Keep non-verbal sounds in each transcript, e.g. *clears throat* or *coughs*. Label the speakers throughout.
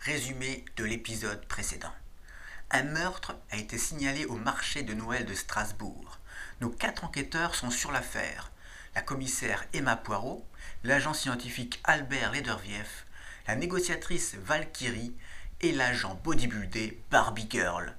Speaker 1: Résumé de l'épisode précédent. Un meurtre a été signalé au marché de Noël de Strasbourg. Nos quatre enquêteurs sont sur l'affaire. La commissaire Emma Poirot, l'agent scientifique Albert Ledervieff, la négociatrice Valkyrie et l'agent bodybuildé Barbie Girl.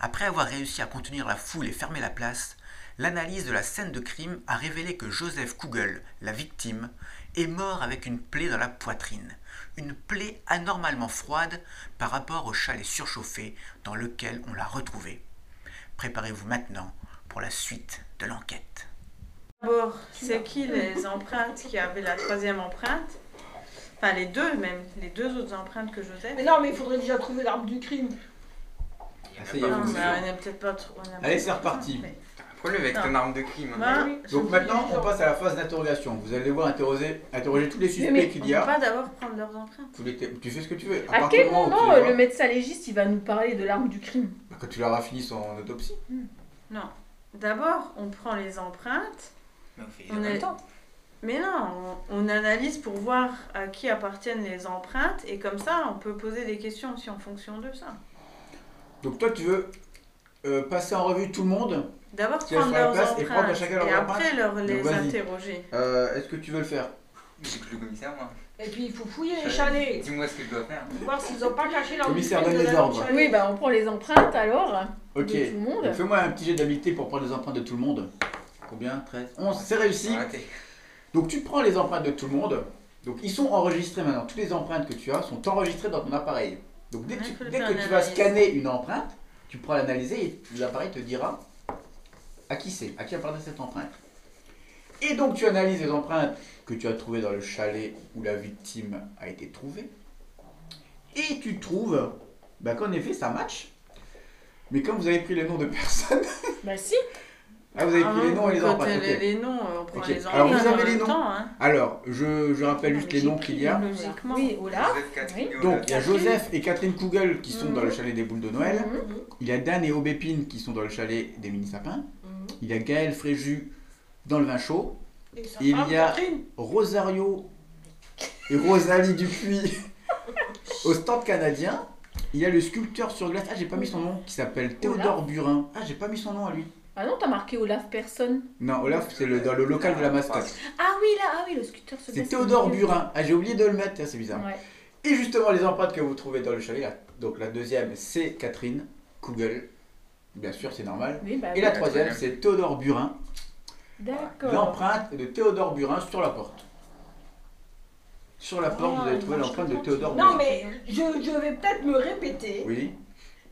Speaker 1: Après avoir réussi à contenir la foule et fermer la place, l'analyse de la scène de crime a révélé que Joseph Kugel, la victime, est mort avec une plaie dans la poitrine, une plaie anormalement froide par rapport au chalet surchauffé dans lequel on l'a retrouvé. Préparez-vous maintenant pour la suite de l'enquête.
Speaker 2: D'abord, c'est qui les empreintes qui avaient la troisième empreinte Enfin, les deux même, les deux autres empreintes que Joseph.
Speaker 3: Mais non, mais il faudrait déjà trouver l'arme du crime.
Speaker 4: Ah, ça y
Speaker 2: Non,
Speaker 4: est,
Speaker 2: mais
Speaker 4: vous
Speaker 2: on
Speaker 4: me
Speaker 5: bah
Speaker 4: suivez.
Speaker 2: n'a peut-être pas trop. on a
Speaker 4: Allez,
Speaker 2: pas trop
Speaker 4: c'est
Speaker 2: de
Speaker 4: reparti.
Speaker 2: temps, mais-
Speaker 4: Problème avec ton arme de crime. hein.
Speaker 3: Ah
Speaker 2: Voilà, je me
Speaker 3: dis
Speaker 4: Donc maintenant,
Speaker 3: genre-
Speaker 4: on passe à la phase d'interrogation. Vous allez devoir interroger, interroger tous les
Speaker 5: Mais-
Speaker 4: suspects
Speaker 5: mais
Speaker 2: On
Speaker 4: qu'il
Speaker 2: ne
Speaker 4: y
Speaker 2: peut
Speaker 4: a.
Speaker 2: pas d'abord prendre leurs empreintes.
Speaker 4: Tous les thé- Tu fais ce que tu veux.
Speaker 5: À
Speaker 4: partir
Speaker 5: quel
Speaker 4: du moment où tu
Speaker 5: moment
Speaker 4: les
Speaker 5: euh,
Speaker 4: vois-
Speaker 5: le médecin légiste il va nous parler de l'arme du crime
Speaker 4: Bah, Quand tu l'auras fini son autopsie.
Speaker 2: Non. D'abord, on prend les empreintes. On est-
Speaker 5: temps.
Speaker 2: Mais non, on, on analyse pour voir à qui appartiennent les empreintes et comme ça, on peut poser des questions aussi en fonction de ça.
Speaker 4: Donc toi, tu veux euh, passer en revue tout le monde.
Speaker 2: D'abord
Speaker 4: Si elles
Speaker 2: prendre
Speaker 4: sont à la
Speaker 2: leurs
Speaker 4: place, et prendre
Speaker 2: empreintes
Speaker 4: chacun leur
Speaker 2: et
Speaker 4: empreinte.
Speaker 2: après leur les
Speaker 4: vas-y.
Speaker 2: interroger.
Speaker 4: Euh, Est-ce que tu veux le faire
Speaker 6: J'ai plus le commissaire, moi. Euh,
Speaker 3: Et puis il faut fouiller les chalets.
Speaker 6: Dis-moi ce que je dois faire.
Speaker 3: Pour voir s'ils n'ont pas caché l'arme
Speaker 4: Commissaire,
Speaker 3: du crime
Speaker 4: donne
Speaker 3: de
Speaker 4: les
Speaker 3: la
Speaker 4: ordres.
Speaker 3: chalet.
Speaker 5: Oui, bah on prend les empreintes alors
Speaker 4: Ok.
Speaker 5: de tout le monde.
Speaker 4: Donc, Fais-moi un petit jet d'habileté pour prendre les empreintes de tout le monde. Combien 13 11, c'est réussi.
Speaker 6: Arrêtez.
Speaker 4: Donc tu prends les empreintes de tout le monde. Donc ils sont enregistrés maintenant. Toutes les empreintes que tu as sont enregistrées dans ton appareil. Donc dès que
Speaker 2: Ouais,
Speaker 4: tu,
Speaker 2: faut le
Speaker 4: dès
Speaker 2: faire
Speaker 4: que tu vas
Speaker 2: l'analyse.
Speaker 4: scanner une empreinte, tu pourras l'analyser et l'appareil te dira à qui c'est, à qui appartient cette empreinte. Et donc tu analyses les empreintes que tu as trouvées dans le chalet où la victime a été trouvée. Et tu trouves bah, qu'en effet ça match. Mais comme vous avez pris les noms de personnes, *laughs*
Speaker 5: Bah si.
Speaker 4: ah, vous avez
Speaker 2: Ah
Speaker 4: pris
Speaker 2: non,
Speaker 4: les noms et les
Speaker 2: vous
Speaker 4: empreintes.
Speaker 2: notez les,
Speaker 4: ok.
Speaker 2: les noms, euh, on prend
Speaker 4: Ok.
Speaker 2: les
Speaker 4: Alors,
Speaker 2: empreintes
Speaker 4: vous avez
Speaker 2: en
Speaker 4: les
Speaker 2: même
Speaker 4: noms
Speaker 2: temps. Hein.
Speaker 4: Alors je, je rappelle
Speaker 2: Ah, bah,
Speaker 4: juste les noms qu'il y a.
Speaker 2: Logiquement.
Speaker 5: Oui, Olaf.
Speaker 6: Joseph, Catherine et
Speaker 4: Donc,
Speaker 6: Olaf.
Speaker 4: il y a Joseph et Catherine Kugel qui sont dans le chalet des boules de Noël.
Speaker 3: Hum,
Speaker 5: Mhm.
Speaker 4: Il y a Dan et Aubépine qui sont dans le chalet des mini-sapins.
Speaker 3: Mhm.
Speaker 4: Il y a Gaël Fréjus dans le vin chaud.
Speaker 3: Et sa
Speaker 4: Il
Speaker 3: femme,
Speaker 4: y a-
Speaker 3: Catherine.
Speaker 4: Rosario et
Speaker 5: *laughs*
Speaker 4: Rosalie Dupuis au stand canadien. Il y a le sculpteur sur glace. Ah, j'ai pas mis son nom. Qui s'appelle Théodore Burin. Ah, j'ai pas mis son nom à lui.
Speaker 5: Ah non, t'as marqué Olaf personne.
Speaker 4: Non, Olaf, c'est le- dans le local de la mascotte.
Speaker 5: Ah oui, là, ah oui, le scooter se
Speaker 4: C'est
Speaker 5: baisse.
Speaker 4: Théodore Burin. Ah, j'ai oublié de le mettre. Tiens, C'est bizarre.
Speaker 5: Ouais.
Speaker 4: Et justement, les empreintes que vous trouvez dans le chalet, là. donc la deuxième, c'est Catherine Kugel. Bien sûr, c'est normal.
Speaker 5: Oui, bah
Speaker 4: Et
Speaker 5: oui.
Speaker 4: la troisième, c'est Théodore Burin.
Speaker 5: D'accord.
Speaker 4: L'empreinte de Théodore Burin sur la porte. Sur la porte,
Speaker 2: Ah,
Speaker 4: vous allez trouver l'empreinte de Théodore
Speaker 3: Non,
Speaker 4: Burin.
Speaker 3: mais
Speaker 2: euh,
Speaker 3: je, je vais peut-être me répéter,
Speaker 4: Oui.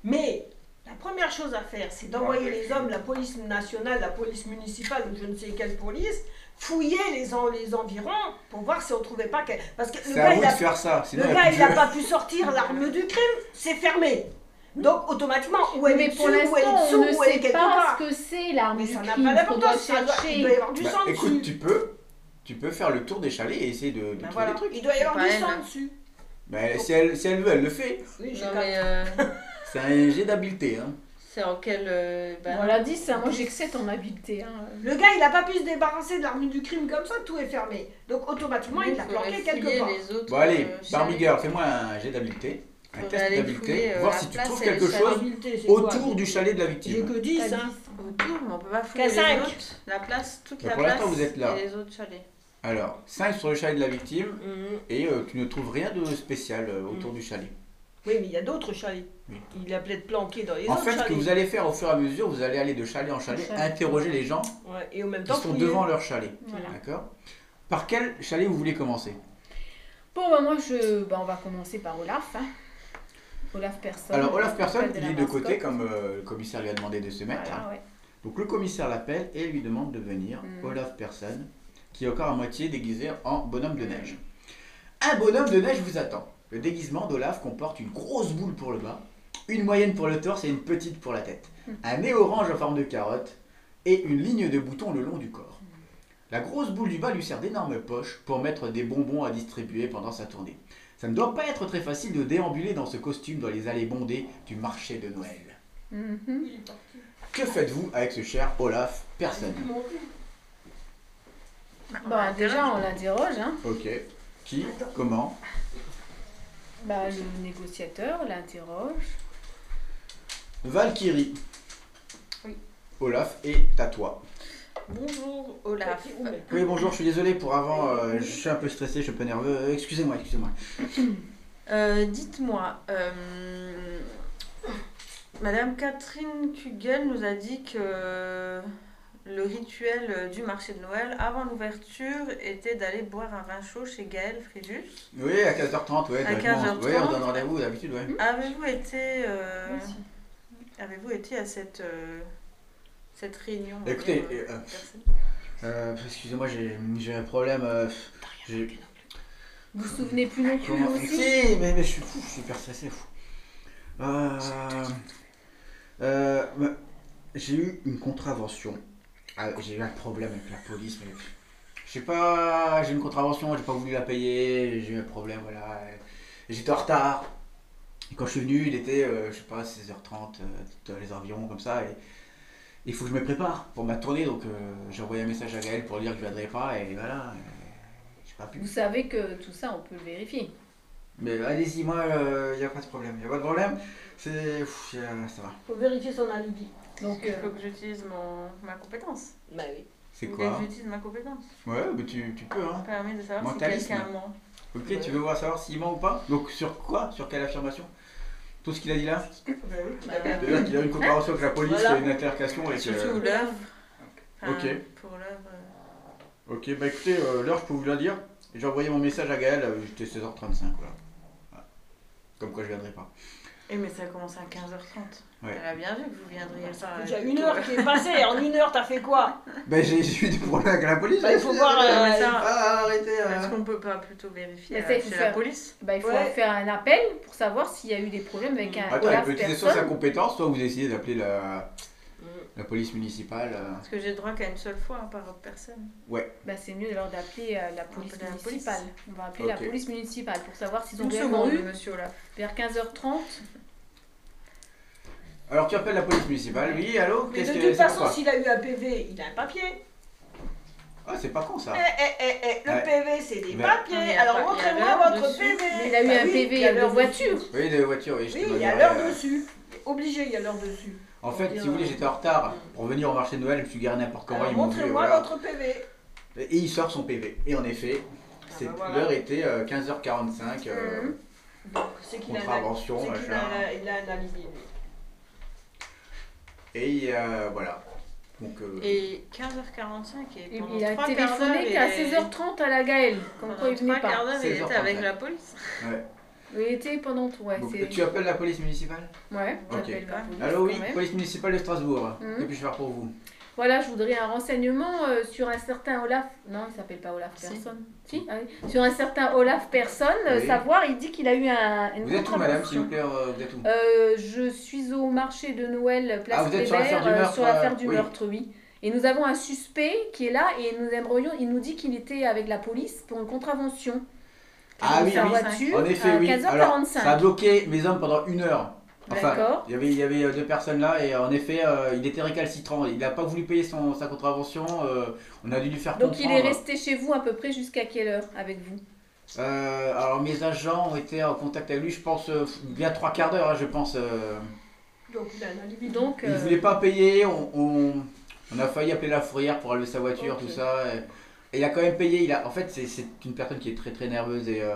Speaker 3: mais la première chose à faire, c'est d'envoyer les hommes, la police nationale, la police municipale ou je ne sais quelle police, fouiller les, en- les environs pour voir si on trouvait pas. quel- Parce que le
Speaker 4: C'est à
Speaker 3: gars,
Speaker 4: vous
Speaker 3: il
Speaker 4: de
Speaker 3: a
Speaker 4: faire ça. Sinon,
Speaker 3: Le
Speaker 4: il y a
Speaker 3: gars,
Speaker 4: plus
Speaker 3: il
Speaker 4: de
Speaker 3: n'a
Speaker 4: jeu.
Speaker 3: pas pu sortir l'arme du crime, c'est fermé. Donc, automatiquement, où elle est
Speaker 5: mais
Speaker 3: dessus,
Speaker 5: pour
Speaker 3: où elle
Speaker 5: l'instant,
Speaker 3: est
Speaker 5: on
Speaker 3: dessous,
Speaker 5: ne
Speaker 3: où elle est
Speaker 5: sait
Speaker 3: quelque
Speaker 5: pas
Speaker 3: part.
Speaker 5: ce que c'est l'arme
Speaker 3: Mais
Speaker 5: du
Speaker 3: ça
Speaker 5: crime.
Speaker 3: n'a pas
Speaker 5: Faudra
Speaker 3: d'importance, ça doit- il doit y
Speaker 5: chercher.
Speaker 3: avoir du
Speaker 4: Bah,
Speaker 3: sang
Speaker 4: écoute,
Speaker 3: dessus.
Speaker 4: tu peux, tu peux faire le tour des chalets et essayer de, de
Speaker 3: Ben
Speaker 4: trouver
Speaker 3: voilà,
Speaker 4: des trucs.
Speaker 3: Il doit y avoir
Speaker 2: Pas
Speaker 3: du
Speaker 2: elle.
Speaker 3: sang dessus.
Speaker 4: Mais si elle, si elle veut, elle le fait.
Speaker 3: Oui, j'ai
Speaker 2: Non,
Speaker 3: quand
Speaker 2: mais, euh,
Speaker 4: C'est un jet d'habileté. Hein.
Speaker 2: c'est en quel. euh, bah,
Speaker 5: Bon, on l'a dit, ça, moi j'ai que 7 en habileté. Hein.
Speaker 3: Le gars, il n'a pas pu se débarrasser de l'arme du crime comme ça, tout est fermé. Donc, automatiquement, il l'a
Speaker 2: faudrait
Speaker 3: planqué
Speaker 2: fouiller
Speaker 3: quelque part.
Speaker 2: les autres,
Speaker 4: Bon, allez,
Speaker 2: euh,
Speaker 4: Barbie
Speaker 2: chalets.
Speaker 4: Girl, fais-moi un jet d'habileté. Un
Speaker 2: Faudrait
Speaker 4: test
Speaker 2: aller
Speaker 4: d'habileté.
Speaker 2: fouiller, euh,
Speaker 4: Voir
Speaker 2: la
Speaker 4: si tu
Speaker 2: place
Speaker 4: trouves
Speaker 2: et le
Speaker 4: quelque
Speaker 2: chalet.
Speaker 4: chose
Speaker 3: Habilité, c'est
Speaker 4: autour
Speaker 3: quoi
Speaker 4: du chalet de la victime.
Speaker 3: J'ai que 10,
Speaker 5: T'as
Speaker 3: hein.
Speaker 5: dit.
Speaker 2: Autour, mais on peut pas fouiller
Speaker 3: Qu'à
Speaker 2: les
Speaker 3: cinq.
Speaker 2: autres. La place, toute
Speaker 4: Bah,
Speaker 2: la
Speaker 4: pour
Speaker 2: place.
Speaker 4: l'instant, vous êtes là.
Speaker 2: Et les autres chalets.
Speaker 4: Alors, 5 sur le chalet de la victime
Speaker 5: Mmh.
Speaker 4: et euh, tu ne trouves rien de spécial euh, autour du chalet.
Speaker 3: Oui, mais il y a d'autres chalets.
Speaker 4: Oui.
Speaker 3: Il a peut-être planqué dans les
Speaker 4: En
Speaker 3: autres
Speaker 4: fait, ce que
Speaker 3: chalets.
Speaker 4: vous allez faire au fur et à mesure, vous allez aller de chalet en chalet,
Speaker 5: chalet.
Speaker 4: interroger les gens qui
Speaker 3: Ouais, Et en même temps,
Speaker 4: sont
Speaker 3: fouiller.
Speaker 4: devant leur chalet.
Speaker 5: Voilà.
Speaker 4: D'accord Par quel chalet vous voulez commencer
Speaker 5: Bon, bah moi je. Bah on va commencer par Olaf. hein. Olaf personne.
Speaker 4: Alors, Olaf Persson,
Speaker 5: Pas
Speaker 4: il
Speaker 5: la
Speaker 4: est de côté
Speaker 5: mascotte.
Speaker 4: comme hein. euh, le commissaire lui a demandé de se mettre.
Speaker 5: Voilà, ouais.
Speaker 4: Donc, le commissaire l'appelle et lui demande de venir
Speaker 5: Mm.
Speaker 4: Olaf Persson, qui est encore à moitié déguisé en bonhomme de neige. Un bonhomme de neige vous attend. Le déguisement d'Olaf comporte une grosse boule pour le bas, une moyenne pour le torse et une petite pour la tête. Un nez orange en forme de carotte et une ligne de boutons le long du corps. La grosse boule du bas lui sert d'énorme poche pour mettre des bonbons à distribuer pendant sa tournée. Ça ne doit pas être très facile de déambuler dans ce costume dans les allées bondées du marché de Noël.
Speaker 5: Mhm.
Speaker 4: Que faites-vous avec ce cher Olaf Personne.
Speaker 3: Ah,
Speaker 5: Bah déjà on l'interroge. Hein.
Speaker 4: Ok. Qui Comment
Speaker 5: Bah, le négociateur l'interroge.
Speaker 4: Valkyrie.
Speaker 2: Oui.
Speaker 4: Olaf, et à toi.
Speaker 2: Bonjour Olaf.
Speaker 4: Oui, bonjour, je suis désolé pour avant, euh, je suis un peu stressé, je suis un peu nerveux. Euh, excusez-moi, excusez-moi.
Speaker 2: Euh, Dites-moi, euh, Madame Catherine Kugel nous a dit que le rituel du marché de Noël avant l'ouverture était d'aller boire un vin chaud chez Gaël Fréjus.
Speaker 4: Oui, à 15h30, ouais,
Speaker 2: À
Speaker 4: directement.
Speaker 2: 15h30.
Speaker 4: Ouais, on donne rendez-vous d'habitude, ouais.
Speaker 2: Avez-vous été, euh, avez-vous été à cette, euh, cette réunion on va
Speaker 4: Écoutez,
Speaker 2: dire, euh,
Speaker 4: euh,
Speaker 2: personne-
Speaker 4: Euh, excusez-moi, j'ai, j'ai un problème. euh, j'ai-
Speaker 5: Vous vous souvenez plus non plus
Speaker 4: Comment-
Speaker 5: aussi
Speaker 4: Si, mais, mais je suis fou, je suis hyper stressé, fou. Euh, euh, bah, j'ai eu une contravention. Ah, j'ai eu un problème avec la police, mais je sais pas, j'ai une contravention, j'ai pas voulu la payer, j'ai eu un problème, voilà. J'étais en retard. Et quand je suis venu, il était, euh, je sais pas, 16h30, euh, dans les environs, comme ça, et il faut que je me prépare pour ma tournée, donc euh, j'ai envoyé un message à Gaël pour dire que je viendrai pas, et voilà, euh, j'ai pas pu.
Speaker 5: Vous savez que tout ça, on peut le vérifier.
Speaker 4: Mais allez-y, moi, il n'y a pas de problème. Il n'y a pas de problème. C'est. pff, y a- Ça va.
Speaker 3: Faut vérifier son alibi.
Speaker 5: Donc,
Speaker 2: il
Speaker 5: euh,
Speaker 2: faut que j'utilise mon ma compétence.
Speaker 7: Bah oui.
Speaker 4: C'est
Speaker 2: Vous voulez que j'utilise ma compétence
Speaker 4: Ouais, mais tu, tu peux,
Speaker 2: Ça
Speaker 4: hein.
Speaker 2: permet de savoir si
Speaker 4: Mentalisme.
Speaker 2: quelqu'un ment.
Speaker 4: Ok,
Speaker 7: Ouais.
Speaker 4: tu veux voir savoir s'il ment ou pas Donc sur quoi Sur quelle affirmation Tout ce qu'il a dit là
Speaker 3: Bah oui,
Speaker 7: Bah,
Speaker 2: Euh,
Speaker 3: d'accord.
Speaker 4: Déjà qu'il a eu une comparaison avec la police,
Speaker 7: Voilà.
Speaker 4: qu'il y a une altercation euh, et que.
Speaker 2: Surtout l'œuvre. Enfin,
Speaker 4: Ok.
Speaker 2: Pour l'œuvre. euh,
Speaker 4: Ok, bah écoutez, euh, l'heure, je peux vous la dire. J'ai envoyé mon message à Gaël, euh, j'étais 16h35, voilà. Voilà. Comme quoi, je viendrai pas.
Speaker 2: Eh mais ça commence à 15h30.
Speaker 4: Ouais.
Speaker 2: Elle a bien vu que vous viendriez pas.
Speaker 3: Il y a bah, une heure
Speaker 2: *laughs*
Speaker 3: qui est passée. En une heure, t'as fait quoi
Speaker 4: Bah, j'ai j'ai eu des problèmes avec la police.
Speaker 3: Bah, il
Speaker 4: je
Speaker 3: faut
Speaker 4: suis
Speaker 3: voir,
Speaker 4: désolé.
Speaker 3: euh,
Speaker 2: mais ça-
Speaker 4: Ah, arrêtez. euh.
Speaker 2: Est-ce qu'on peut pas plutôt vérifier
Speaker 5: Mais ça, il
Speaker 2: euh,
Speaker 5: faut
Speaker 2: chez la
Speaker 5: faire-
Speaker 2: police
Speaker 5: bah, il faut
Speaker 3: Ouais.
Speaker 5: faire un appel pour savoir s'il y a eu des problèmes avec
Speaker 3: Ah,
Speaker 5: un
Speaker 4: Attends, elle
Speaker 5: Olaf
Speaker 4: peut utiliser soit sa
Speaker 5: personne.
Speaker 4: compétence, soit vous essayez d'appeler la,
Speaker 3: Mm.
Speaker 4: la police municipale. euh.
Speaker 2: Parce que j'ai le droit qu'à une seule fois hein, par personne.
Speaker 5: Bah, c'est mieux alors d'appeler euh, la police
Speaker 2: Appeler la police.
Speaker 5: municipale. On va appeler
Speaker 4: Ok.
Speaker 5: la police municipale pour savoir s'ils ont
Speaker 2: Une
Speaker 5: réellement
Speaker 2: seconde,
Speaker 5: eu
Speaker 2: monsieur Olaf.
Speaker 5: vers 15h30.
Speaker 4: Alors tu appelles la police municipale, oui, allô
Speaker 3: Mais
Speaker 4: Qu'est-ce
Speaker 3: de
Speaker 4: que
Speaker 3: toute
Speaker 4: c'est
Speaker 3: façon,
Speaker 4: pourquoi
Speaker 3: s'il a eu un PV, il a un papier.
Speaker 4: Ah, c'est pas con ça.
Speaker 3: Eh, eh, eh, eh, le
Speaker 4: Ouais.
Speaker 3: PV, c'est des
Speaker 4: Mais-
Speaker 2: Il y
Speaker 3: papiers.
Speaker 2: a
Speaker 3: Alors
Speaker 2: pas- il y a
Speaker 3: montrez-moi
Speaker 2: l'heure
Speaker 3: votre
Speaker 2: dessus.
Speaker 3: PV.
Speaker 5: Mais il a eu
Speaker 3: Bah
Speaker 5: un
Speaker 3: oui, il y
Speaker 5: PV
Speaker 3: a
Speaker 5: de
Speaker 3: l'heure
Speaker 5: voiture.
Speaker 3: dessus.
Speaker 4: Oui, de voiture, oui, je te
Speaker 3: Oui,
Speaker 4: dois
Speaker 3: il y a
Speaker 4: dire,
Speaker 3: l'heure
Speaker 4: euh,
Speaker 3: dessus. Obligé, il y a l'heure dessus.
Speaker 4: En fait, si vous voulez, j'étais en retard pour venir au marché de Noël, je me suis garé n'importe comment,
Speaker 3: Alors,
Speaker 4: ils m'ont vu,
Speaker 3: Montrez-moi
Speaker 4: voilà.
Speaker 3: votre PV.
Speaker 4: Et il sort son PV. Et en effet, c'est-
Speaker 3: bah voilà.
Speaker 4: l'heure était euh, 15h45, euh,
Speaker 2: Mhm.
Speaker 3: Donc, C'est qu'il a un alibi.
Speaker 4: contravention,
Speaker 3: C'est qu'il
Speaker 4: machin.
Speaker 3: a- il a un alibi. lui.
Speaker 4: Et euh, voilà. Donc, euh,
Speaker 2: Et 15h45 et
Speaker 5: Il,
Speaker 2: pendant
Speaker 5: il a
Speaker 2: trois quarts d'heure,
Speaker 5: téléphoné
Speaker 2: il
Speaker 5: qu'à
Speaker 2: est-
Speaker 5: 16h30 à la Gaëlle. Comme
Speaker 2: pendant
Speaker 5: quoi il
Speaker 2: trois
Speaker 5: venait
Speaker 2: quarts
Speaker 5: pas.
Speaker 2: d'heure, il était
Speaker 4: 16h35.
Speaker 2: avec la police.
Speaker 5: Il était pendant tout. Ouais,
Speaker 4: donc,
Speaker 5: c'est-
Speaker 4: tu appelles la police municipale
Speaker 5: ouais
Speaker 4: Ok.
Speaker 5: j'appelle la police
Speaker 4: Allô, oui,
Speaker 5: quand même.
Speaker 4: police municipale de Strasbourg.
Speaker 3: Mm.
Speaker 5: Mhm.
Speaker 4: Que puis-je faire pour vous
Speaker 5: Voilà, je voudrais un renseignement euh, sur un certain Olaf. Non, il s'appelle pas Olaf
Speaker 2: Si.
Speaker 5: Personne. Si, ah oui. Sur un certain Olaf Personne, euh,
Speaker 4: Oui.
Speaker 5: savoir, il dit qu'il a eu un. une
Speaker 4: Vous êtes où, madame, s'il vous
Speaker 5: contravention.
Speaker 4: plaît euh, Vous êtes où
Speaker 5: Euh, Je suis au marché de Noël, place
Speaker 4: Ah, vous êtes
Speaker 5: Kléber,
Speaker 4: sur l'affaire du
Speaker 5: euh,
Speaker 4: meurtre,
Speaker 5: sur l'affaire
Speaker 4: euh,
Speaker 5: du
Speaker 4: oui.
Speaker 5: meurtre, oui. Et nous avons un suspect qui est là et nous aimerions. Il nous dit qu'il était avec la police pour une contravention.
Speaker 4: Ah oui,
Speaker 5: Sa
Speaker 4: oui.
Speaker 5: voiture,
Speaker 4: En effet,
Speaker 5: Euh, à
Speaker 4: oui.
Speaker 5: 15h45.
Speaker 4: Alors, ça a bloqué mes hommes pendant une heure. Enfin,
Speaker 5: D'accord.
Speaker 4: il y avait, il y avait euh, deux personnes là et en effet, euh, il était récalcitrant. Il n'a pas voulu payer son, sa contravention. euh, on a dû lui faire
Speaker 5: Donc il
Speaker 4: comprendre.
Speaker 5: est resté chez vous à peu près jusqu'à quelle heure avec vous
Speaker 4: Euh, alors mes agents ont été en contact avec lui, je pense, euh, bien trois quarts d'heure, hein, je pense. euh.
Speaker 3: Donc il a un alibi.
Speaker 5: Donc
Speaker 4: Il
Speaker 5: euh,
Speaker 4: voulait pas payer. On, on- on a failli appeler la fourrière pour enlever sa voiture,
Speaker 5: Ok.
Speaker 4: tout ça. et- Et il a quand même payé. Il a, en fait, c'est c'est une personne qui est très très nerveuse et euh,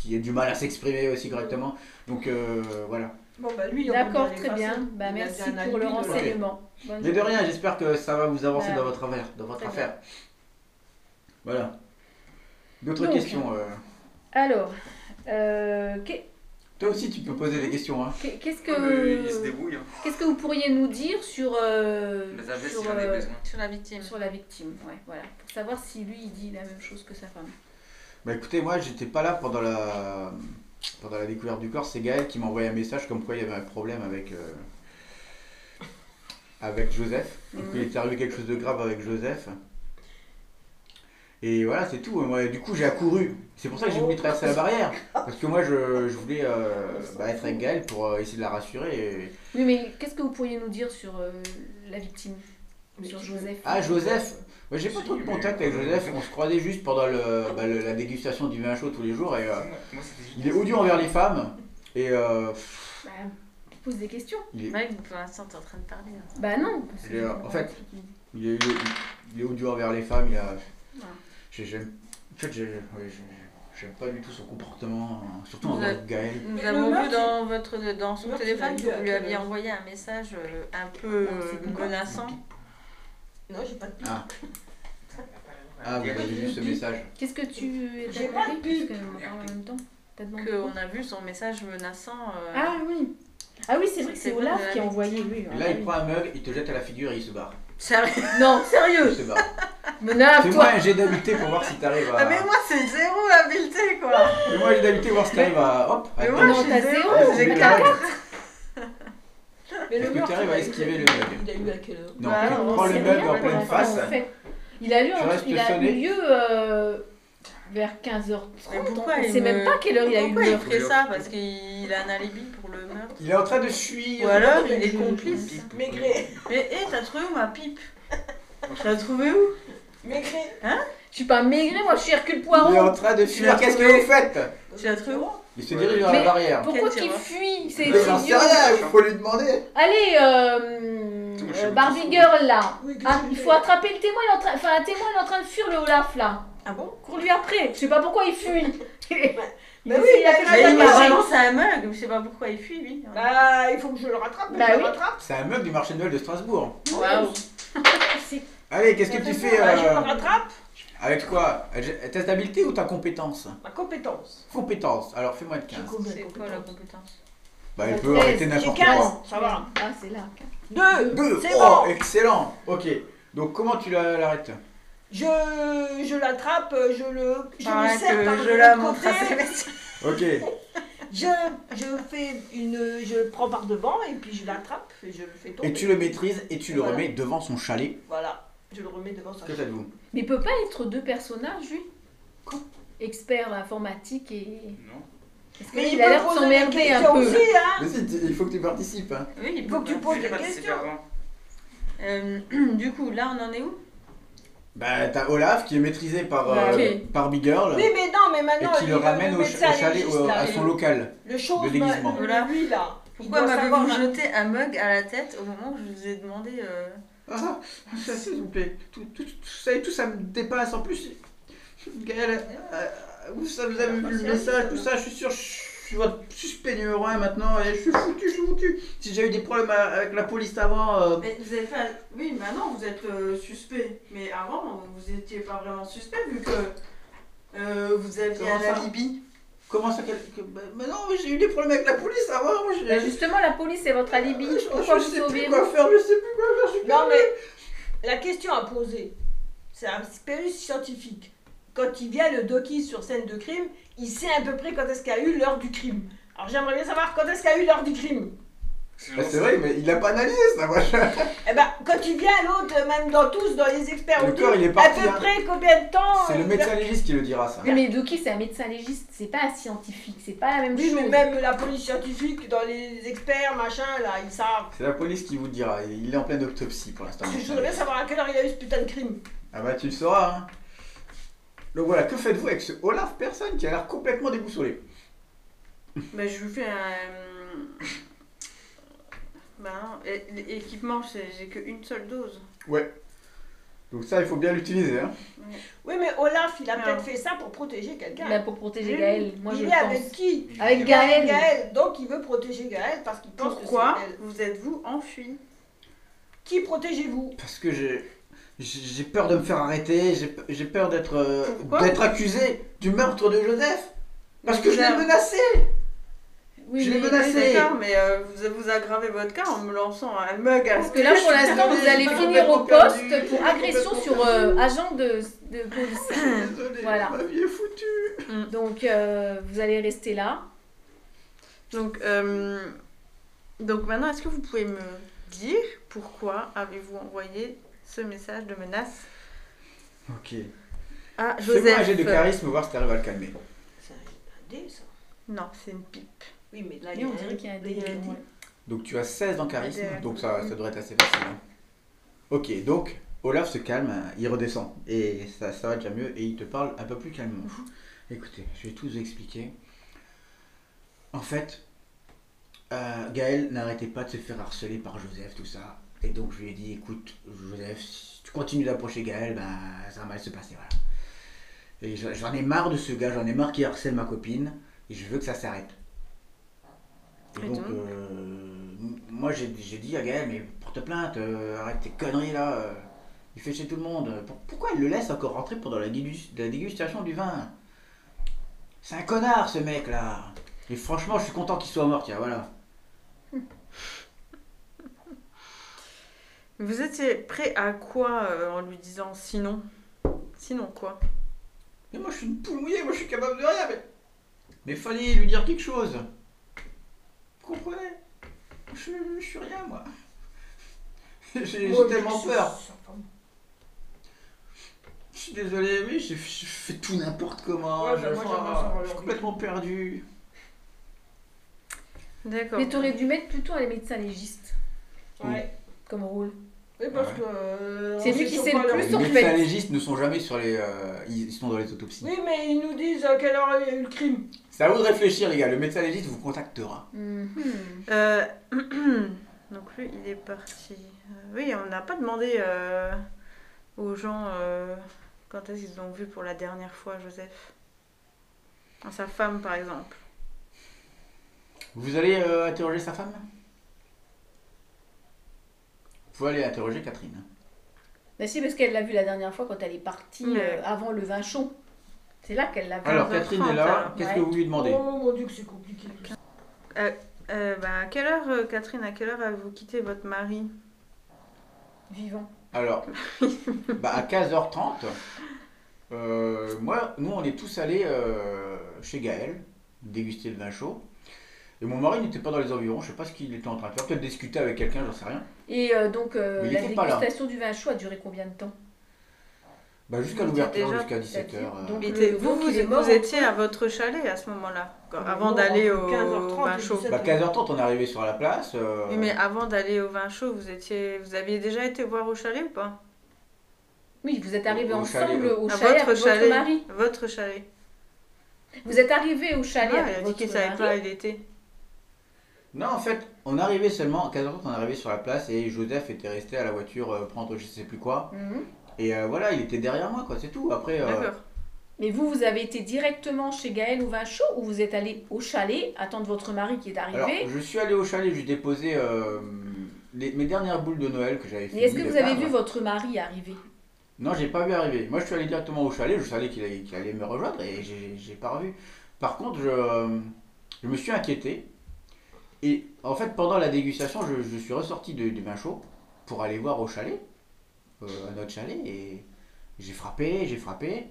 Speaker 4: qui a du mal à s'exprimer aussi correctement. Donc euh, voilà.
Speaker 3: Bon, bah lui, on peut
Speaker 5: D'accord,
Speaker 3: bien
Speaker 5: très bien.
Speaker 3: l'effacer.
Speaker 5: Bah,
Speaker 3: Il a
Speaker 5: merci
Speaker 3: bien un
Speaker 5: pour le
Speaker 3: alibi, voilà.
Speaker 5: renseignement. Bonne
Speaker 4: Mais de
Speaker 5: journée.
Speaker 4: rien, j'espère que ça va vous avancer
Speaker 5: Bah,
Speaker 4: dans votre affaire. Dans votre
Speaker 5: très
Speaker 4: affaire. Voilà. D'autres
Speaker 5: Donc.
Speaker 4: questions euh,
Speaker 5: Alors, euh, qu'est-
Speaker 4: Toi aussi, tu peux poser des questions. Hein.
Speaker 5: qu'est- qu'est-ce
Speaker 6: Euh, Il se
Speaker 5: que
Speaker 6: débrouille. hein.
Speaker 5: qu'est-ce que vous pourriez nous dire sur euh,
Speaker 6: Les avis, si
Speaker 5: sur,
Speaker 6: j'en ai
Speaker 5: euh,
Speaker 6: besoin.
Speaker 2: Sur la victime.
Speaker 5: sur la victime Ouais, voilà, pour savoir si lui il dit la même chose que sa femme.
Speaker 4: Bah écoutez, moi, j'étais pas là pendant la pendant la découverte du corps. C'est Gaël qui m'a envoyé un message comme quoi il y avait un problème avec euh, avec Joseph. Donc il était arrivé quelque chose de grave avec Joseph. Et voilà, c'est tout. Moi, du coup, j'ai accouru. C'est pour ça que j'ai voulu traverser la barrière. Parce que moi, je, je voulais euh, bah, être avec Gaël pour euh, essayer de la rassurer. Et...
Speaker 5: Oui, mais qu'est-ce que vous pourriez nous dire sur euh, la victime sur Joseph.
Speaker 4: Ah, Joseph Ouais, J'ai pas trop de contact avec Joseph, on se croisait juste pendant le, bah, le- la dégustation du vin chaud tous les jours et euh,
Speaker 6: Moi, c'était juste-
Speaker 4: il est odieux envers les femmes et euh, pff,
Speaker 5: Bah, tu poses des questions.
Speaker 4: il est,
Speaker 2: Mec, pour l'instant, t'es en train de parler. hein.
Speaker 5: Bah non. parce que-
Speaker 4: Il est, euh, en fait- il est, il est- il est odieux envers les femmes, il a... j'ai- J'aime en fait, j'ai- ouais, j'ai- j'aime pas du tout son comportement, hein, surtout
Speaker 2: Vous
Speaker 4: envers
Speaker 2: êtes-
Speaker 4: Gaël.
Speaker 2: Nous
Speaker 3: Mais le
Speaker 2: avons
Speaker 3: meuf,
Speaker 2: vu
Speaker 3: il-
Speaker 2: dans, votre, dans son
Speaker 3: meuf, il a
Speaker 2: téléphone
Speaker 3: eu
Speaker 2: que vous
Speaker 3: à
Speaker 2: lui
Speaker 3: quel
Speaker 2: aviez
Speaker 3: âge
Speaker 2: envoyé un message euh, un peu
Speaker 5: Non, c'est
Speaker 2: euh,
Speaker 5: quoi
Speaker 2: menaçant.
Speaker 3: Non, j'ai pas de pipe.
Speaker 4: Ah, vous avez vu ce message
Speaker 5: Qu'est-ce que tu
Speaker 3: J'ai
Speaker 5: t'as
Speaker 3: pas de
Speaker 5: compris
Speaker 3: pipe.
Speaker 5: Parce qu'on en parle en même temps. T'as demandé quoi
Speaker 2: Qu'on a vu son message menaçant. euh,
Speaker 5: Ah oui. Ah oui, c'est vrai que
Speaker 2: C'est
Speaker 5: c'est
Speaker 2: bon,
Speaker 5: Olaf
Speaker 2: euh,
Speaker 5: qui a envoyé lui.
Speaker 4: Et Là, il
Speaker 5: hein.
Speaker 4: prend un mug, il te jette à la figure et il se barre.
Speaker 2: sérieux
Speaker 5: Non,
Speaker 4: Il
Speaker 5: sérieux.
Speaker 2: *laughs*
Speaker 4: se barre.
Speaker 5: Menace
Speaker 4: Fais-moi
Speaker 5: toi.
Speaker 4: un jet d'habileté pour voir si t'arrives
Speaker 2: Ah,
Speaker 4: à...
Speaker 2: mais moi, c'est zéro habileté, quoi
Speaker 4: Fais-moi un jet d'habileté pour voir si t'arrives à... Hop à-
Speaker 2: Mais moi,
Speaker 5: non,
Speaker 2: je suis
Speaker 5: t'as
Speaker 2: zéro
Speaker 5: zéro,
Speaker 2: j'ai
Speaker 4: Mais
Speaker 2: quatre.
Speaker 4: arrête.
Speaker 3: Mais
Speaker 4: Est-ce que
Speaker 3: meurtre,
Speaker 4: t'arrives à
Speaker 3: il a-
Speaker 4: esquiver le mug
Speaker 3: Il a eu à quelle heure
Speaker 4: Non,
Speaker 5: Ah,
Speaker 2: Bah,
Speaker 4: tu
Speaker 2: on
Speaker 4: prends le
Speaker 2: sait
Speaker 4: mug
Speaker 2: rien,
Speaker 4: en
Speaker 2: mais
Speaker 4: pleine
Speaker 2: on
Speaker 4: face.
Speaker 2: s'en
Speaker 5: Il a eu,
Speaker 4: Je reste
Speaker 5: il a eu
Speaker 4: sonné.
Speaker 5: lieu euh, vers 15h30.
Speaker 2: Mais pourquoi
Speaker 5: on
Speaker 2: il
Speaker 5: sait
Speaker 2: me-
Speaker 5: même pas quelle heure il a eu
Speaker 2: Pourquoi il
Speaker 5: lieu.
Speaker 2: fait ça Parce qu'il a un alibi pour le meurtre.
Speaker 4: Il est en train de fuir.
Speaker 2: Ou alors, il
Speaker 5: Je-
Speaker 2: est complice.
Speaker 5: je-
Speaker 3: Maigret,
Speaker 2: Mais hé, t'as trouvé où ma pipe T'as trouvé où
Speaker 3: maigret.
Speaker 5: Je suis pas maigre, moi je suis Hercule
Speaker 4: Il est en
Speaker 5: Poirot.
Speaker 4: train de fuir.
Speaker 2: l'as
Speaker 4: Qu'est-ce que
Speaker 2: trouvé
Speaker 4: vous faites
Speaker 2: Tu l'as trouvé où
Speaker 4: Il se dirige vers la
Speaker 5: Mais-
Speaker 4: barrière.
Speaker 5: Pourquoi
Speaker 2: Quel
Speaker 5: qu'il
Speaker 2: tireur
Speaker 5: fuit C'est
Speaker 4: Mais
Speaker 5: c'est
Speaker 4: j'en sais
Speaker 5: idiot.
Speaker 2: euh,
Speaker 4: rien, il faut lui demander.
Speaker 5: Allez, euh,
Speaker 6: Tu me
Speaker 5: euh,
Speaker 6: chopes
Speaker 5: Barbie
Speaker 6: tout
Speaker 5: Girl là.
Speaker 3: Oui, qu'est-ce
Speaker 5: Ah,
Speaker 3: que
Speaker 5: il
Speaker 3: tu
Speaker 5: faut
Speaker 3: fais
Speaker 5: attraper le témoin, il est en train... enfin un témoin il est en train de fuir le Olaf là.
Speaker 2: Ah bon
Speaker 5: Cours lui après, je sais pas pourquoi il fuit. *laughs* il
Speaker 3: Bah oui,
Speaker 5: essaie, il a
Speaker 3: bah,
Speaker 5: fait
Speaker 3: bah,
Speaker 5: la
Speaker 2: Il Ah, m'a
Speaker 3: Bah,
Speaker 5: bagarre.
Speaker 2: balancé un mug, je sais pas pourquoi il fuit, lui.
Speaker 3: Bah, il faut que je le rattrape, mais
Speaker 5: Bah
Speaker 3: je le
Speaker 5: oui.
Speaker 3: rattrape.
Speaker 4: C'est un mug du marché de Noël de Strasbourg.
Speaker 2: Waouh
Speaker 5: C'est-
Speaker 4: Allez, qu'est-ce que tu fais
Speaker 3: Bah, Je
Speaker 4: euh,
Speaker 3: le rattrape,
Speaker 4: Avec quoi Euh, Ta stabilité ou ta compétence
Speaker 3: ma compétence.
Speaker 4: Compétence. Alors fais-moi de 15.
Speaker 2: C'est quoi la compétence
Speaker 4: Bah, il
Speaker 5: Ça
Speaker 4: peut
Speaker 5: fait-
Speaker 4: arrêter
Speaker 5: c'est
Speaker 3: J'ai
Speaker 4: n'importe quoi.
Speaker 3: 15, ça va.
Speaker 5: Ah c'est là.
Speaker 3: Deux,
Speaker 4: Deux.
Speaker 3: c'est
Speaker 4: Oh,
Speaker 3: bon.
Speaker 4: excellent. Ok. Donc comment tu la- l'arrêtes
Speaker 3: Je, je l'attrape, je le, je
Speaker 2: Par là
Speaker 3: le serre
Speaker 5: euh,
Speaker 2: que
Speaker 3: par
Speaker 2: je
Speaker 3: le
Speaker 2: la
Speaker 3: côté.
Speaker 2: montre à ses médecins.
Speaker 4: Ok.
Speaker 3: Je, je fais une, je le prends par devant et puis je l'attrape et je le fais tomber.
Speaker 4: Et tu le maîtrises et tu le
Speaker 3: Voilà.
Speaker 4: remets devant son chalet.
Speaker 3: Voilà, je le remets devant sa
Speaker 4: Que
Speaker 3: chaise.
Speaker 4: faites-vous
Speaker 5: Mais il peut pas être deux personnages lui. Expert informatique et.
Speaker 6: Non.
Speaker 5: Parce que
Speaker 3: Mais
Speaker 5: il a
Speaker 3: peut
Speaker 5: l'air de
Speaker 3: poser
Speaker 5: s'emmerder
Speaker 3: des
Speaker 5: un
Speaker 3: questions
Speaker 5: peu.
Speaker 3: aussi, hein.
Speaker 4: Mais si, tu- il faut que tu participes. hein.
Speaker 2: Oui, il
Speaker 3: Il faut que tu
Speaker 2: pas.
Speaker 3: poses
Speaker 6: J'ai
Speaker 3: des
Speaker 6: pas participé
Speaker 3: questions.
Speaker 6: avant.
Speaker 2: Euh, *clears throat* du coup, là, on en est où
Speaker 4: Bah, t'as Olaf qui est maîtrisé par, euh,
Speaker 2: Ok.
Speaker 4: par Big Girl.
Speaker 3: Bah, Oui, mais non, mais
Speaker 4: et
Speaker 3: maintenant.
Speaker 4: qui
Speaker 3: il-
Speaker 4: le ramène au, ch-
Speaker 3: médecin
Speaker 4: au chalet,
Speaker 3: légiste,
Speaker 4: au-
Speaker 3: là,
Speaker 4: à
Speaker 3: il-
Speaker 4: son local.
Speaker 3: Le chose,
Speaker 4: de déguisement.
Speaker 2: Voilà.
Speaker 3: lui là. il
Speaker 2: Pourquoi
Speaker 3: doit savoir
Speaker 2: m'avez-vous
Speaker 3: la-
Speaker 2: jeté un mug à la tête au moment où je vous ai demandé euh,
Speaker 4: Ah, ça, s'il vous plaît, tout, tout, tout- ça et tout, ça me dépasse. En plus, Gaël, euh, vous, ça, vous avez vu le message,
Speaker 3: hein.
Speaker 4: tout ça, je suis sûr, je suis votre suspect numéro 1 maintenant, et je suis foutu, je suis foutu. Si j'ai eu des problèmes à- avec la police avant, euh,
Speaker 2: Mais vous avez fait. un- Oui, maintenant vous êtes euh, suspect. Mais avant, vous n'étiez pas vraiment suspect vu que euh, vous aviez
Speaker 4: Comment
Speaker 2: un
Speaker 4: ça
Speaker 2: alibi.
Speaker 4: comment ça quel- que- bah, bah non, mais j'ai eu des problèmes avec la police avant, moi, j'ai-
Speaker 5: Bah, justement la police c'est votre alibi.
Speaker 4: je, je-
Speaker 5: Pourquoi
Speaker 4: je
Speaker 5: vous
Speaker 4: sais plus
Speaker 5: sauvez
Speaker 4: quoi faire, je sais plus quoi faire, je suis
Speaker 3: Non,
Speaker 4: perdu.
Speaker 3: mais la question à poser, c'est un expérience scientifique. Quand il vient le docu sur scène de crime, il sait à peu près quand est-ce qu'il y a eu l'heure du crime. Alors j'aimerais bien savoir quand est-ce qu'il y a eu l'heure du crime.
Speaker 4: Bah, c'est vrai, mais il a pas analysé ça, moi. je-
Speaker 3: Eh ben, quand il vient l'autre, même dans tous, dans les experts,
Speaker 4: Le
Speaker 3: on dit,
Speaker 4: corps, il est
Speaker 3: à
Speaker 4: parti,
Speaker 3: peu
Speaker 4: hein.
Speaker 3: près combien de temps
Speaker 4: C'est le
Speaker 3: euh,
Speaker 4: médecin légiste qui le dira ça.
Speaker 5: Oui, mais Doki c'est un médecin légiste, c'est pas un scientifique, c'est pas la même
Speaker 3: Oui,
Speaker 5: chose.
Speaker 3: mais même la police scientifique, dans les experts, machin, là, ils savent.
Speaker 4: C'est la police qui vous le dira, il est en pleine autopsie pour l'instant.
Speaker 3: Parce que je voudrais bien savoir à quelle heure il y a eu ce putain de crime.
Speaker 4: Ah bah tu le sauras hein. Donc voilà, que faites-vous avec ce Olaf personne qui a l'air complètement déboussolé
Speaker 2: Bah, je vous fais un. euh, Bah, non, et- l'équipement, c'est- j'ai qu'une seule dose.
Speaker 4: Donc ça il faut bien l'utiliser hein.
Speaker 3: Oui, mais Olaf, il a
Speaker 2: Non.
Speaker 3: peut-être fait ça pour protéger
Speaker 5: Bah,
Speaker 3: quelqu'un.
Speaker 5: pour protéger
Speaker 3: Oui,
Speaker 5: Gaël, Ah. moi je
Speaker 3: il est
Speaker 5: le pense.
Speaker 3: avec qui
Speaker 5: Avec
Speaker 3: Il est
Speaker 5: Gaël.
Speaker 3: avec Gaël, donc il veut protéger Gaël parce qu'il pense
Speaker 2: Pourquoi
Speaker 3: que c'est elle.
Speaker 2: vous êtes-vous enfui
Speaker 3: Qui protégez-vous
Speaker 4: Parce que j'ai j'ai j'ai peur de me faire arrêter, j'ai pe- j'ai peur d'être euh,
Speaker 2: Pourquoi
Speaker 4: d'être accusé du meurtre de Joseph parce que je l'ai
Speaker 2: Bizarre.
Speaker 4: menacé.
Speaker 5: Oui,
Speaker 4: Je l'ai
Speaker 5: mais-
Speaker 4: menacé.
Speaker 2: Oui, D'accord, mais euh, vous, vous aggravez votre cas en me lançant un mug à la
Speaker 5: Parce que là, pour l'instant, vous allez finir au poste pour agression sur euh, agent de, de police.
Speaker 4: Désolé,
Speaker 5: Voilà.
Speaker 4: ma vie est foutue.
Speaker 5: *coughs* Donc, euh, vous allez rester là.
Speaker 2: Donc, euh, donc maintenant, est-ce que vous pouvez me dire pourquoi avez-vous envoyé ce message de menace
Speaker 4: OK.
Speaker 2: à
Speaker 4: Fais-moi
Speaker 2: Joseph euh,
Speaker 4: un jet de charisme voir si t'arrives à le calmer.
Speaker 3: C'est un dé, ça.
Speaker 2: Non, c'est une pipe.
Speaker 3: Oui, mais là,
Speaker 5: Et on dirait qu'il y a un
Speaker 3: là, il y a
Speaker 5: délire.
Speaker 3: un dé.
Speaker 5: ouais.
Speaker 4: Donc tu as 16 en charisme,
Speaker 2: Ouais,
Speaker 4: donc ça, ça devrait être assez facile. hein. Ok, donc Olaf se calme, euh, il redescend. Et ça, ça va déjà mieux et il te parle un peu plus calmement.
Speaker 2: Mhm.
Speaker 4: Écoutez, je vais tout vous expliquer. En fait, euh, Gaël n'arrêtait pas de se faire harceler par Joseph, tout ça. Et donc je lui ai dit, écoute, Joseph, si tu continues d'approcher Gaël, bah, ça va mal se passer, voilà. Et je- j'en ai marre de ce gars, j'en ai marre qu'il harcèle ma copine, et je veux que ça s'arrête. Et
Speaker 2: Et
Speaker 4: donc,
Speaker 2: donc
Speaker 4: euh, m- moi j'ai j'ai dit à Gaël, mais porte plainte, euh, arrête tes conneries là, euh, il fait chez tout le monde. Pour- pourquoi il le laisse encore rentrer pendant la, dégus- la dégustation du vin C'est un connard ce mec là Et franchement, je suis content qu'il soit mort, tiens, voilà.
Speaker 2: Vous étiez prêt à quoi euh, en lui disant sinon Sinon quoi
Speaker 4: Mais moi je suis une poule mouillée, moi je suis capable de rien, mais. Mais fallait lui dire quelque chose. Vous comprenez je, je suis rien moi. *laughs* J'ai j'ai
Speaker 3: Ouais, mais
Speaker 4: tellement
Speaker 3: c'est-
Speaker 4: peur.
Speaker 3: c'est sympa.
Speaker 4: Je suis désolé, mais je, je fais tout n'importe comment.
Speaker 3: Ouais,
Speaker 4: je,
Speaker 3: bah, moi,
Speaker 4: oh,
Speaker 3: j'aimerais savoir
Speaker 4: je
Speaker 3: leur
Speaker 4: suis
Speaker 3: vie.
Speaker 4: complètement perdu.
Speaker 2: D'accord.
Speaker 5: Mais t'aurais dû mettre plutôt un médecin légiste
Speaker 3: Ouais.
Speaker 5: comme rôle.
Speaker 3: Oui, parce
Speaker 4: Ah Ouais.
Speaker 3: que. euh,
Speaker 5: C'est
Speaker 3: on
Speaker 5: lui qui
Speaker 3: sur
Speaker 5: sait
Speaker 3: quoi
Speaker 5: le
Speaker 3: leur-
Speaker 5: plus. hein.
Speaker 4: Les
Speaker 5: en fait.
Speaker 4: médecins légistes ne sont jamais sur les. euh, ils sont dans les autopsies.
Speaker 3: Oui, mais ils nous disent à quelle heure il y a eu le crime.
Speaker 4: C'est à vous de réfléchir, les gars. Le médecin légiste vous contactera.
Speaker 5: Mhm.
Speaker 2: Euh, *clears throat* Donc lui, il est parti. Euh, oui, on n'a pas demandé euh, aux gens euh, quand est-ce qu'ils ont vu pour la dernière fois Joseph. Ah, Sa femme, par exemple.
Speaker 4: Vous allez euh, interroger sa femme Vous allez interroger Catherine.
Speaker 5: Bah si, parce qu'elle l'a vu la dernière fois quand elle est partie
Speaker 2: Ouais.
Speaker 5: euh, avant le vin chaud. C'est là qu'elle l'a vu.
Speaker 4: Alors,
Speaker 2: Dans un
Speaker 4: Catherine
Speaker 2: train,
Speaker 4: est là.
Speaker 2: alors.
Speaker 4: Qu'est-ce
Speaker 5: Ouais.
Speaker 4: que vous lui demandez
Speaker 3: Oh mon dieu, que c'est compliqué.
Speaker 2: Euh, bah, à quelle heure, euh, Catherine, à quelle heure avez-vous quitté votre mari
Speaker 5: Vivant.
Speaker 4: Alors,
Speaker 2: *laughs*
Speaker 4: bah, à 15h30, euh, moi, nous, on est tous allés euh, chez Gaël, déguster le vin chaud. Et mon mari n'était pas dans les environs, je sais pas ce qu'il était en train de faire, peut-être discuter avec quelqu'un, j'en sais rien.
Speaker 5: Et euh, donc, euh,
Speaker 4: Mais il
Speaker 5: la
Speaker 4: était pas là.
Speaker 5: dégustation du vin chaud a duré combien de temps
Speaker 4: Bah, jusqu'à
Speaker 2: Il était
Speaker 4: l'ouverture,
Speaker 2: déjà
Speaker 4: jusqu'à
Speaker 5: peut-être
Speaker 4: 17h. euh,
Speaker 5: donc-
Speaker 2: Il
Speaker 5: Le
Speaker 2: était-
Speaker 5: vent
Speaker 2: Vous, vous,
Speaker 5: qu'il est
Speaker 2: vous
Speaker 5: mort,
Speaker 2: étiez à votre chalet à ce moment-là, quand-
Speaker 3: Il est
Speaker 2: avant
Speaker 3: mort
Speaker 2: d'aller
Speaker 3: entre
Speaker 2: au
Speaker 3: 15h30
Speaker 2: vin
Speaker 3: et
Speaker 2: chaud.
Speaker 3: 17h.
Speaker 4: Bah, 15h30, on est arrivé sur la place. euh,
Speaker 2: Oui, mais avant d'aller au vin chaud, vous étiez, vous aviez déjà été voir au chalet ou pas
Speaker 5: Oui, vous êtes arrivés
Speaker 4: Au
Speaker 5: ensemble
Speaker 4: chalet,
Speaker 5: au
Speaker 2: À
Speaker 5: chalet avec
Speaker 2: chalet,
Speaker 5: votre mari.
Speaker 2: Votre chalet.
Speaker 5: Vous êtes arrivés au
Speaker 2: Ah,
Speaker 5: chalet
Speaker 2: il a
Speaker 5: avec
Speaker 2: dit
Speaker 5: votre
Speaker 2: qu'il savait
Speaker 5: mari.
Speaker 2: pas où il était.
Speaker 4: Non, en fait, on arrivait seulement, à 15h30, on arrivait sur la place et Joseph était resté à la voiture euh, prendre je sais plus quoi.
Speaker 5: Mhm.
Speaker 4: Et euh, voilà, il était derrière moi, quoi, c'est tout. Après, euh,
Speaker 2: D'accord.
Speaker 5: Mais vous, vous avez été directement chez Gaël au vin chaud ou vous êtes allé au chalet attendre votre mari qui est
Speaker 4: alors,
Speaker 5: arrivé
Speaker 4: je suis allé au chalet, j'ai déposé euh, les- mes dernières boules de Noël que j'avais
Speaker 5: Et
Speaker 4: fini
Speaker 5: est-ce que
Speaker 4: de
Speaker 5: vous avez
Speaker 4: perdre.
Speaker 5: vu votre mari arriver
Speaker 4: Non, j'ai pas vu arriver. Moi, je suis allé directement au chalet, je savais qu'il allait, qu'il allait me rejoindre et j'ai j'ai pas revu. Par contre, je, euh, je me suis inquiété. Et en fait, pendant la dégustation, je, je suis ressorti de- du vin chaud pour aller voir au chalet, euh, à notre chalet, et j'ai frappé, j'ai frappé.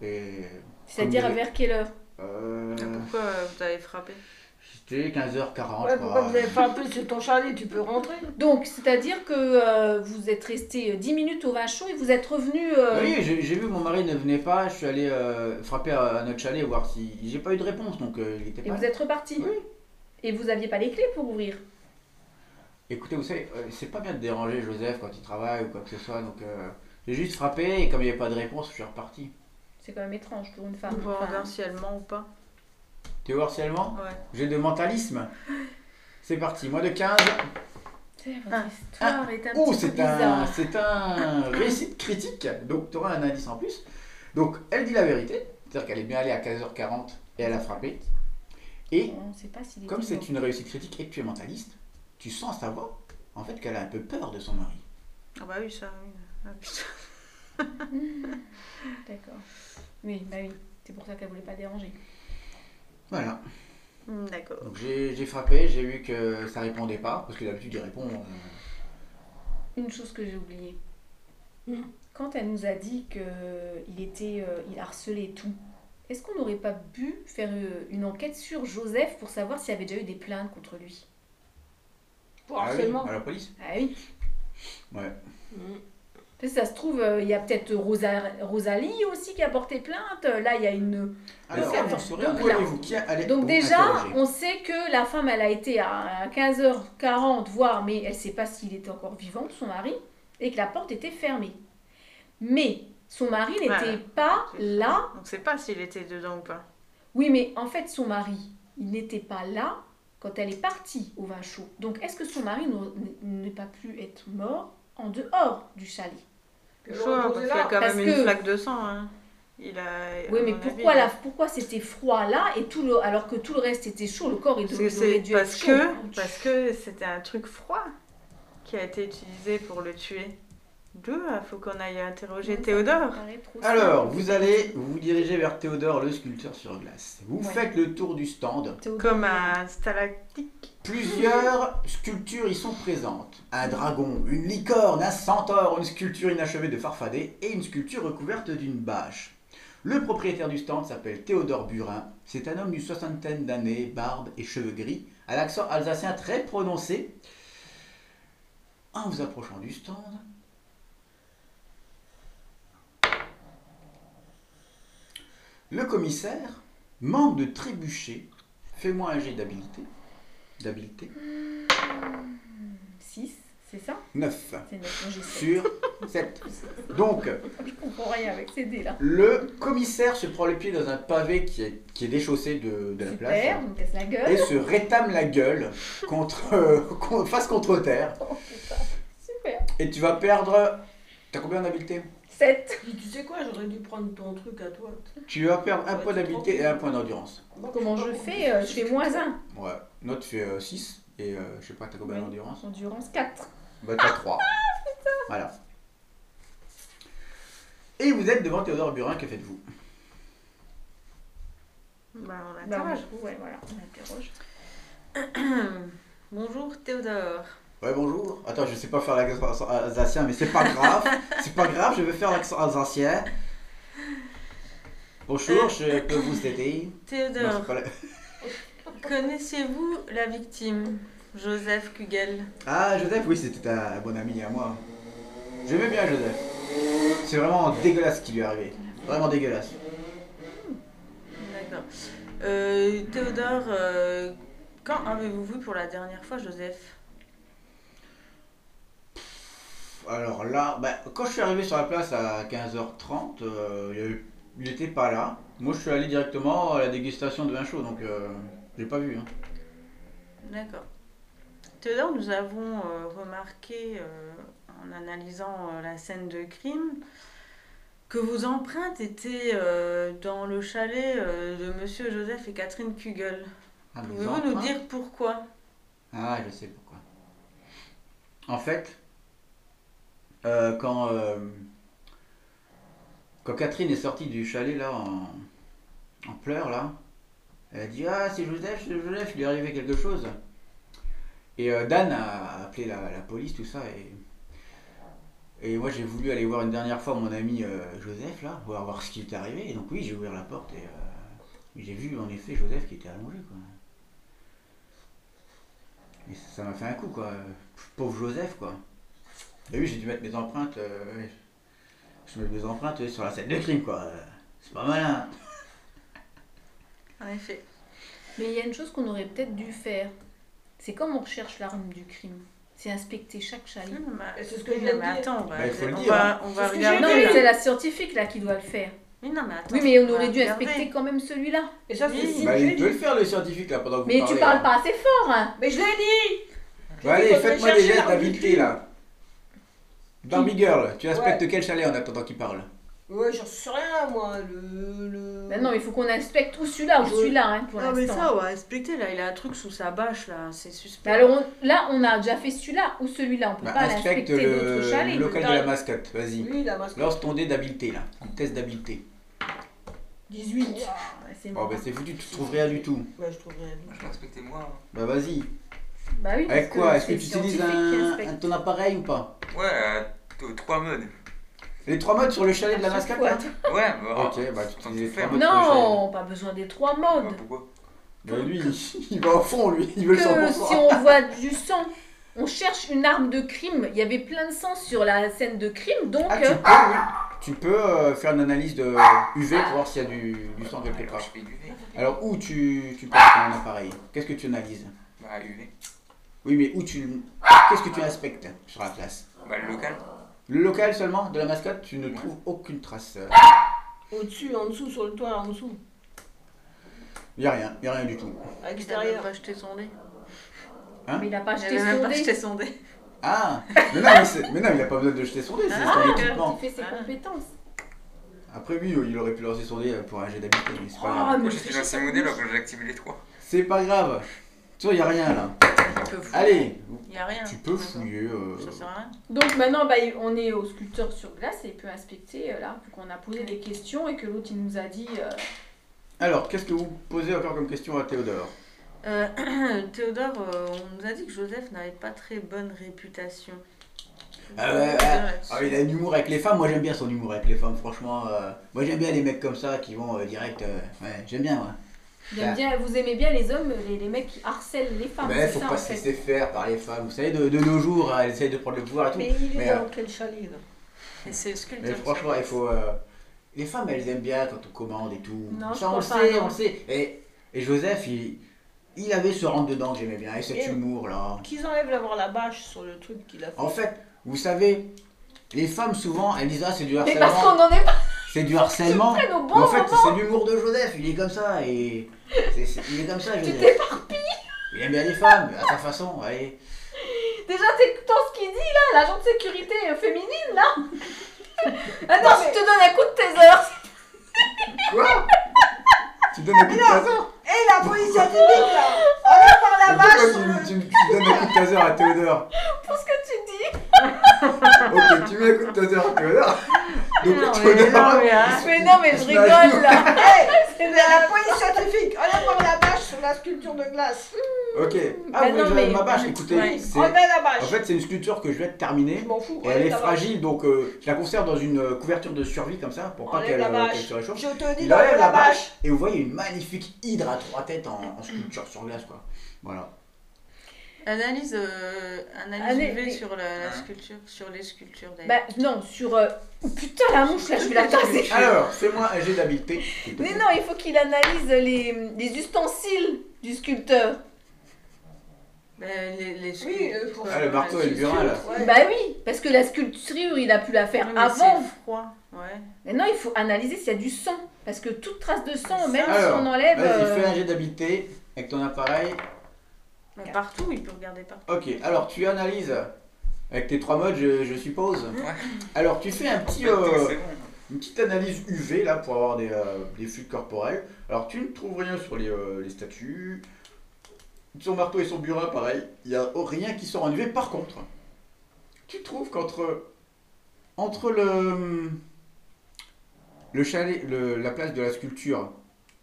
Speaker 4: Et
Speaker 5: C'est-à-dire
Speaker 4: Comme il est.
Speaker 5: vers quelle heure
Speaker 4: euh,
Speaker 2: Mais Pourquoi euh, vous avez frappé
Speaker 4: c'était 15h40.
Speaker 3: Ah. Ouais, pourquoi
Speaker 4: quoi.
Speaker 3: vous avez fait un peu sur ton chalet Tu peux rentrer.
Speaker 4: Ah
Speaker 5: Donc, c'est-à-dire que euh, vous êtes resté euh, 10 minutes au vin chaud et vous êtes revenu. euh,
Speaker 4: Oui, j'ai j'ai vu mon mari ne venait pas, je suis allé euh, frapper à, à notre chalet voir si. J'ai pas eu de réponse, donc euh, il était
Speaker 5: Et
Speaker 4: pas là.
Speaker 5: vous êtes reparti
Speaker 4: Oui.
Speaker 5: Et vous aviez pas les clés pour ouvrir.
Speaker 4: Écoutez, vous savez, euh, c'est pas bien de déranger Joseph quand il travaille ou quoi que ce soit, donc euh, j'ai juste frappé et comme il n'y avait pas de réponse, je suis reparti.
Speaker 5: C'est quand même étrange pour une femme.
Speaker 2: Vous
Speaker 5: Enfin,
Speaker 2: voir si elle ment ou pas
Speaker 4: Théo harcèlement
Speaker 2: Ouais.
Speaker 4: J'ai de mentalisme C'est parti, moins de 15.
Speaker 5: tu sais, votre
Speaker 2: Ah.
Speaker 5: histoire est
Speaker 4: Ouh,
Speaker 5: un petit peu
Speaker 4: Oh, c'est un,
Speaker 5: bizarre.
Speaker 4: c'est un récit critique, donc tu auras un indice en plus. Donc elle dit la vérité, c'est-à-dire qu'elle est bien allée à 15h40 et elle a frappé. Et
Speaker 5: On sait pas s'il est
Speaker 4: comme
Speaker 5: vivant.
Speaker 4: c'est une réussite critique et que tu es mentaliste, tu sens à sa voix en fait qu'elle a un peu peur de son mari.
Speaker 2: Ah bah oui, ça, oui. Ah, putain.
Speaker 5: D'accord. Oui, bah oui. C'est pour ça qu'elle voulait pas déranger.
Speaker 4: Voilà.
Speaker 2: Hmm, D'accord.
Speaker 4: Donc j'ai j'ai frappé, j'ai vu que ça répondait pas, parce que d'habitude il répond. euh,
Speaker 5: Une chose que j'ai oubliée.
Speaker 3: Hmm.
Speaker 5: Mm. Quand elle nous a dit qu'il était, euh, il harcelait tout, est-ce qu'on n'aurait pas pu faire euh, une enquête sur Joseph pour savoir s'il y avait déjà eu des plaintes contre lui
Speaker 3: Pour
Speaker 4: ah oui,
Speaker 3: harcèlement.
Speaker 4: à la police.
Speaker 5: Ah oui.
Speaker 3: Mm.
Speaker 5: Parce que ça se trouve, euh, il y a peut-être Rosa- Rosalie aussi qui a porté plainte. Là, il y a une,
Speaker 4: Alors,
Speaker 5: c'est
Speaker 4: vous
Speaker 5: attends,
Speaker 4: saurez
Speaker 5: donc
Speaker 4: où
Speaker 5: là-
Speaker 4: allez-vous qui allez
Speaker 5: Donc
Speaker 4: vous
Speaker 5: déjà,
Speaker 4: interroger.
Speaker 5: on sait que la femme, elle a été à 15h40, voire, mais elle ne sait pas s'il était encore vivant, son mari. et que la porte était fermée. Mais son mari n'était
Speaker 2: Voilà.
Speaker 5: pas
Speaker 2: C'est ça.
Speaker 5: là
Speaker 2: On ne sait pas s'il était dedans ou pas.
Speaker 5: oui, mais en fait, son mari, il n'était pas là quand elle est partie au vin chaud. Donc, est-ce que son mari n'aurait- n'est pas pu être mort en dehors du chalet
Speaker 2: C'est chaud, hein, parce qu'il y a quand
Speaker 5: Parce
Speaker 2: même une
Speaker 5: que-
Speaker 2: flaque de sang. hein. Il a,
Speaker 5: Oui,
Speaker 2: à
Speaker 5: mais
Speaker 2: mon
Speaker 5: pourquoi,
Speaker 2: avis,
Speaker 5: là, pourquoi c'était froid là et tout le, alors que tout le reste était chaud, le corps il
Speaker 2: Parce
Speaker 5: aurait
Speaker 2: que
Speaker 5: il aurait
Speaker 2: c'est
Speaker 5: dû
Speaker 2: parce
Speaker 5: être chaud.
Speaker 2: que parce que c'était un truc froid qui a été utilisé pour le tuer. D'où il faut qu'on aille interroger
Speaker 5: Ouais, ça me
Speaker 2: Théodore.
Speaker 5: paraît trop
Speaker 4: Alors,
Speaker 5: simple.
Speaker 4: vous allez vous vous dirigez vers Théodore, le sculpteur sur glace. Vous
Speaker 5: Ouais.
Speaker 4: faites le tour du stand.
Speaker 5: Théodore,
Speaker 2: Comme un stalactique.
Speaker 4: Plusieurs sculptures y sont présentes. Un dragon, une licorne, un centaure, une sculpture inachevée de Farfadet et une sculpture recouverte d'une bâche. Le propriétaire du stand s'appelle Théodore Burin. C'est un homme d'une soixantaine d'années, barbe et cheveux gris, à l'accent alsacien très prononcé. En vous approchant du stand, le commissaire manque de trébucher. Fais-moi un jet d'habilité. D'habilité.
Speaker 5: 6, c'est ça
Speaker 4: 9
Speaker 5: C'est neuf, j'ai sept.
Speaker 4: sur 7. Donc,
Speaker 5: Je comprends rien avec ces dés là.
Speaker 4: le commissaire se prend le pied dans un pavé qui est, qui est déchaussé de, de la place hein.
Speaker 5: Super, on me casse la gueule.
Speaker 4: et se rétame la gueule contre, *laughs* euh, con- face contre terre.
Speaker 5: Super.
Speaker 4: Et tu vas perdre. T'as combien d'habileté
Speaker 5: 7.
Speaker 3: Puis tu sais quoi, j'aurais dû prendre ton truc à toi.
Speaker 4: Tu vas perdre un point d'habileté et un point d'endurance.
Speaker 5: Comment je fais Euh, Je fais moins 1.
Speaker 4: Ouais, Note tu fais 6 et euh, je sais pas, t'as combien d'endurance
Speaker 5: Endurance 4.
Speaker 4: Bah t'as 3. Voilà. Et vous êtes devant Théodore Burin, que faites-vous
Speaker 2: Bah, on
Speaker 5: Bah,
Speaker 2: l'interroge.
Speaker 5: ouais, voilà, on interroge.
Speaker 2: Bonjour Théodore.
Speaker 4: Ouais, bonjour. Attends, je sais pas faire l'accent alsa- alsacien, mais c'est pas
Speaker 2: *laughs*
Speaker 4: grave. c'est pas grave, je vais faire l'accent alsacien.
Speaker 2: Euh.
Speaker 4: Bonjour, je peux vous aider. Non,
Speaker 2: Théodore,
Speaker 4: c'est pas la-
Speaker 2: connaissez-vous la victime Joseph Kugel.
Speaker 4: Ah, Joseph, oui, c'était un bon ami à moi. J'aimais bien Joseph. C'est vraiment dégueulasse ce qui lui est arrivé. Vraiment dégueulasse.
Speaker 2: D'accord. Euh, Théodore, euh, quand avez-vous vu pour la dernière fois Joseph
Speaker 4: Alors là, bah, quand je suis arrivé sur la place à 15h30, euh, il y avait- il était pas là. Moi, je suis allé directement à la dégustation de vin chaud, donc euh, j'ai pas vu. hein.
Speaker 2: D'accord. Théodore, nous avons euh, remarqué, euh, en analysant euh, la scène de crime, que vos empreintes étaient euh, dans le chalet euh, de Monsieur Joseph et Catherine Kugel.
Speaker 4: Ah, mais
Speaker 2: Pouvez-vous
Speaker 4: enfin.
Speaker 2: nous dire pourquoi
Speaker 4: Ah, je sais pourquoi. En fait, euh, quand, euh, quand Catherine est sortie du chalet là en, en pleurs là, elle a dit Ah, c'est Joseph, c'est Joseph, il lui est arrivé quelque chose. Et euh, Dan a appelé la, la police, tout ça. Et, et moi j'ai voulu aller voir une dernière fois mon ami euh, Joseph là, voir, voir ce qui lui est arrivé. Et donc, oui, j'ai ouvert la porte et euh, j'ai vu en effet Joseph qui était allongé quoi. Et ça m'a fait un coup, quoi. Pauvre Joseph, quoi. Et oui, j'ai dû mettre mes empreintes. euh, ouais. je mets mes empreintes euh, sur la scène de crime, quoi. Euh, C'est pas malin.
Speaker 2: En effet.
Speaker 5: Mais il y a une chose qu'on aurait peut-être dû faire. C'est comme on recherche l'arme du crime. C'est inspecter chaque chalet.
Speaker 2: Hum, bah,
Speaker 3: Et c'est ce que je viens de
Speaker 2: mais
Speaker 3: dire.
Speaker 2: attends, on va,
Speaker 4: Bah, il faut le
Speaker 2: on
Speaker 4: dire,
Speaker 2: va, on va
Speaker 3: C'est ce que j'ai
Speaker 2: regarder.
Speaker 5: Ah Non, mais
Speaker 2: là.
Speaker 5: c'est la scientifique là qui doit le faire.
Speaker 2: Oui, non, mais attends,
Speaker 5: Oui, mais on
Speaker 2: va
Speaker 5: aurait dû
Speaker 2: regarder.
Speaker 5: inspecter quand même celui-là.
Speaker 3: Et ça, c'est
Speaker 2: Oui.
Speaker 3: si
Speaker 4: Bah,
Speaker 3: je
Speaker 4: il
Speaker 3: l'ai
Speaker 4: peut le
Speaker 3: dit.
Speaker 4: faire, le scientifique, là, pendant que
Speaker 5: Mais
Speaker 4: vous
Speaker 5: tu
Speaker 4: parlez.
Speaker 5: parles
Speaker 4: là.
Speaker 5: pas assez fort, hein
Speaker 3: Mais je l'ai dit
Speaker 4: Bah, allez,
Speaker 3: Faut
Speaker 4: faites-moi
Speaker 3: aller chercher
Speaker 4: des gestes
Speaker 3: l'arme du
Speaker 4: d'habileté,
Speaker 3: crime.
Speaker 4: là. Barbie Girl, tu inspectes quel chalet en attendant qu'il parle
Speaker 3: Ouais, j'en sais rien, moi. Le. le...
Speaker 5: Bah Non, il faut qu'on inspecte ou celui-là ou
Speaker 3: Oui.
Speaker 5: celui-là hein, pour
Speaker 2: Non, mais
Speaker 5: l'instant.
Speaker 2: ça, on va inspecter. Là, il a un truc sous sa bâche, là. C'est suspect.
Speaker 5: Mais Bah, alors on- là, on a déjà fait celui-là ou celui-là. On peut
Speaker 4: Bah,
Speaker 5: pas
Speaker 4: Inspecte
Speaker 5: l'inspecter
Speaker 4: le,
Speaker 5: d'autres chalets.
Speaker 4: le local de
Speaker 3: Dans-
Speaker 4: la mascotte, vas-y.
Speaker 3: Oui, la mascotte.
Speaker 4: Lance ton dé d'habileté, là. Un test d'habileté.
Speaker 3: 18.
Speaker 5: Ah, c'est
Speaker 4: Bon,
Speaker 5: mort.
Speaker 4: bah, c'est foutu, tu trouves rien du tout.
Speaker 3: Ouais, je trouve rien.
Speaker 6: Je respectais moi. hein.
Speaker 4: Bah, vas-y.
Speaker 5: Bah oui,
Speaker 4: Avec
Speaker 5: parce
Speaker 4: quoi Est-ce que
Speaker 5: c'est
Speaker 4: tu
Speaker 5: le
Speaker 4: utilises
Speaker 5: scientifique qui
Speaker 4: un,
Speaker 5: inspecte.
Speaker 4: un- ton appareil ou pas
Speaker 6: Ouais, euh, t- trois modes.
Speaker 4: Les trois modes sur le chalet de la
Speaker 5: À chaque
Speaker 4: mascotte
Speaker 5: fois.
Speaker 4: là
Speaker 6: Ouais, bah.
Speaker 4: Ok, bah tu
Speaker 6: tant
Speaker 4: utilises les
Speaker 6: que
Speaker 4: trois
Speaker 6: faire.
Speaker 4: modes sur
Speaker 5: Non, pas besoin des trois
Speaker 6: Bah,
Speaker 5: modes.
Speaker 6: pourquoi
Speaker 4: le chalet. Bah, lui, il- *laughs* il va au fond, lui, il veut le
Speaker 5: que
Speaker 4: 100%.
Speaker 5: si on voit du sang, on cherche une arme de crime. Il y avait plein de sang sur la scène de crime, donc
Speaker 4: Ah, tu peux,
Speaker 5: euh,
Speaker 4: oui. Tu peux euh, faire une analyse de UV pour voir s'il y a du, du sang quelque
Speaker 6: Alors,
Speaker 4: part.
Speaker 6: je fais UV.
Speaker 4: Alors, où tu, tu passes ton appareil Qu'est-ce que tu analyses
Speaker 6: Bah, UV.
Speaker 4: Oui, mais où tu. Qu'est-ce que tu inspectes sur la place
Speaker 6: Bah, le local.
Speaker 4: Le local seulement de la mascotte, tu ne
Speaker 6: Ouais.
Speaker 4: trouves aucune trace. euh,
Speaker 3: Au-dessus, en dessous, sur le toit, en dessous,
Speaker 4: Y a rien, y a rien du tout.
Speaker 2: Il
Speaker 3: à
Speaker 2: a même
Speaker 3: l'extérieur.
Speaker 2: pas acheté son dé.
Speaker 5: Mais il n'a pas
Speaker 2: Il
Speaker 5: acheté
Speaker 2: avait même
Speaker 5: son
Speaker 2: pas
Speaker 5: dé.
Speaker 2: acheté son dé.
Speaker 4: Ah mais non, mais, c'est- mais non, il a pas besoin de jeter son dé, c'est
Speaker 2: Ah,
Speaker 4: son
Speaker 2: ok.
Speaker 4: équipement.
Speaker 5: Il fait ses
Speaker 2: Ah.
Speaker 5: compétences.
Speaker 4: Après oui, il aurait pu lancer son dé pour un jet d'habité, mais c'est pas
Speaker 5: Oh,
Speaker 4: grave.
Speaker 5: mais
Speaker 6: Moi
Speaker 5: je
Speaker 6: j'ai
Speaker 5: sais
Speaker 6: fait
Speaker 5: pas.
Speaker 6: un modèle alors quand j'ai activé les trois.
Speaker 4: C'est pas grave. Tu vois, y a rien là.
Speaker 2: Tu peux fouiller.
Speaker 4: Allez,
Speaker 2: Il y a rien.
Speaker 4: tu peux fouiller. euh,
Speaker 2: Ça sert à rien.
Speaker 5: Donc maintenant, bah, il- on est au sculpteur sur glace et il peut inspecter euh, là, vu qu'on a posé des questions et que l'autre il nous a dit. euh,
Speaker 4: Alors, qu'est-ce que vous posez encore comme question à Théodore
Speaker 2: Euh, *clears throat* Théodore, euh, on nous a dit que Joseph n'avait pas très bonne réputation.
Speaker 4: Ah ouais, ouais.
Speaker 2: Là-dessus.
Speaker 4: Ah, il a un humour avec les femmes, moi j'aime bien son humour avec les femmes, franchement. euh, moi j'aime bien les mecs comme ça qui vont euh, direct. euh, ouais, j'aime bien, moi.
Speaker 5: il aime
Speaker 4: Ah.
Speaker 5: bien, vous aimez bien les hommes, les, les mecs qui harcèlent les femmes.
Speaker 4: Mais
Speaker 5: c'est
Speaker 4: Ben, faut
Speaker 5: ça,
Speaker 4: pas
Speaker 5: en
Speaker 4: se
Speaker 5: fait.
Speaker 4: laisser faire par les femmes. Vous savez, de, de nos jours, hein, elles essayent de prendre le pouvoir et tout.
Speaker 3: Mais il
Speaker 4: Mais, euh,
Speaker 3: est dans quel chalet là
Speaker 2: Et c'est le
Speaker 4: Mais
Speaker 2: sculpteur.
Speaker 4: franchement, il faut. euh, les femmes, elles aiment bien quand on commande et tout.
Speaker 5: Non, je
Speaker 4: ça, on
Speaker 5: crois
Speaker 4: le
Speaker 5: pas,
Speaker 4: sait,
Speaker 5: non.
Speaker 4: on le sait. Et, et Joseph, il, il avait ce rentre-dedans que j'aimais bien, et cet
Speaker 3: Et-
Speaker 4: humour-là.
Speaker 3: Qu'ils enlèvent d'avoir la bâche sur le truc qu'il a fait.
Speaker 4: En fait, vous savez, les femmes, souvent, elles disent Ah, c'est du
Speaker 5: Mais parce qu'on
Speaker 4: harcèlement.
Speaker 5: n'en est pas
Speaker 4: C'est du harcèlement.
Speaker 5: près nos bons
Speaker 4: Mais en fait,
Speaker 5: moments.
Speaker 4: c'est l'humour de Joseph, il est comme ça, et. c'est- c'est- il est comme ça, Joseph. Il aime bien les femmes, à sa façon, allez.
Speaker 5: Déjà, t'écoutes ce qu'il dit là, l'agent de sécurité euh, féminine
Speaker 4: *laughs*
Speaker 5: là. Attends, je te donne un coup de taser.
Speaker 4: Quoi Tu donnes un coup de taser
Speaker 3: Hé, Eh, la police scientifique *laughs* là Enlève par la bâche sur
Speaker 4: Pourquoi
Speaker 3: le.
Speaker 4: tu, tu- tu donnes un coup de taser à Théodore
Speaker 5: Pour ce que tu dis.
Speaker 4: Ok, tu mets un coup de taser à Théodore. Donc,
Speaker 2: Non, mais
Speaker 4: Théodore,
Speaker 2: non, mais hein.
Speaker 5: Mais non, mais
Speaker 4: Il
Speaker 5: je
Speaker 4: se met à
Speaker 5: rigole là.
Speaker 3: Hé Eh, La police scientifique Enlève par la bâche sur la sculpture de glace
Speaker 4: Ok. Ah,
Speaker 5: Bah
Speaker 4: vous
Speaker 5: non,
Speaker 4: voulez que
Speaker 5: mais-
Speaker 4: ma bâche Écoutez,
Speaker 2: Ouais.
Speaker 4: c'est-
Speaker 3: Enlève la bâche
Speaker 4: en fait, c'est une sculpture que je vais te
Speaker 3: Je
Speaker 4: terminer.
Speaker 3: m'en fous,
Speaker 4: Et elle
Speaker 3: enlève
Speaker 4: est
Speaker 3: la bâche
Speaker 4: fragile, donc euh, je la conserve dans une euh, couverture de survie comme ça, pour pas
Speaker 3: Enlève
Speaker 4: qu'elle
Speaker 3: la
Speaker 4: euh,
Speaker 3: bâche.
Speaker 4: qu'elle se réchauffe.
Speaker 3: Je te dis
Speaker 4: Il enlève
Speaker 3: d'enlever
Speaker 4: la
Speaker 3: la
Speaker 4: bâche
Speaker 3: bâche
Speaker 4: et vous voyez une magnifique hydre à trois têtes en, en sculpture sur glace, quoi. Voilà.
Speaker 2: Analyse, euh, analyse
Speaker 5: Allez,
Speaker 2: UV
Speaker 5: les-
Speaker 2: sur la, la
Speaker 6: Hein.
Speaker 2: sculpture, sur les sculptures d'ailleurs.
Speaker 5: Bah non, sur. euh, oh, Putain, la mouche là,
Speaker 4: *laughs*
Speaker 5: je vais la tasser.
Speaker 4: Alors, fais-moi un jet d'habileté. s'il te
Speaker 5: Mais
Speaker 4: plaît.
Speaker 5: non, il faut qu'il analyse les, les ustensiles du sculpteur.
Speaker 2: Bah, les, les sculptures.
Speaker 3: Oui, euh, pour
Speaker 4: Ah, le marteau et le burin, là.
Speaker 3: Ouais.
Speaker 5: Bah oui, parce que la sculpture, il a pu la faire
Speaker 2: Ouais, mais
Speaker 5: avant.
Speaker 2: C'est froid, ouais.
Speaker 5: Maintenant, il faut analyser s'il y a du sang. Parce que toute trace de sang, même
Speaker 4: Alors,
Speaker 5: si on enlève.
Speaker 4: Vas-y,
Speaker 5: euh,
Speaker 4: fais un jet d'habileté avec ton appareil.
Speaker 2: Mais Bah, partout, il peut regarder partout.
Speaker 4: Ok, alors tu analyses avec tes trois modes, je, je suppose.
Speaker 6: Ouais.
Speaker 4: Alors, tu fais un
Speaker 6: En fait,
Speaker 4: petit. euh,
Speaker 6: tout, Bah, C'est bon.
Speaker 4: Une petite analyse UV là pour avoir des, euh, des fluides corporels. Alors tu ne trouves rien sur les, euh, les statues. Son marteau et son burin, pareil. Il n'y a rien qui sort en UV. Par contre, tu trouves qu'entre entre le, le chalet, le- la place de la sculpture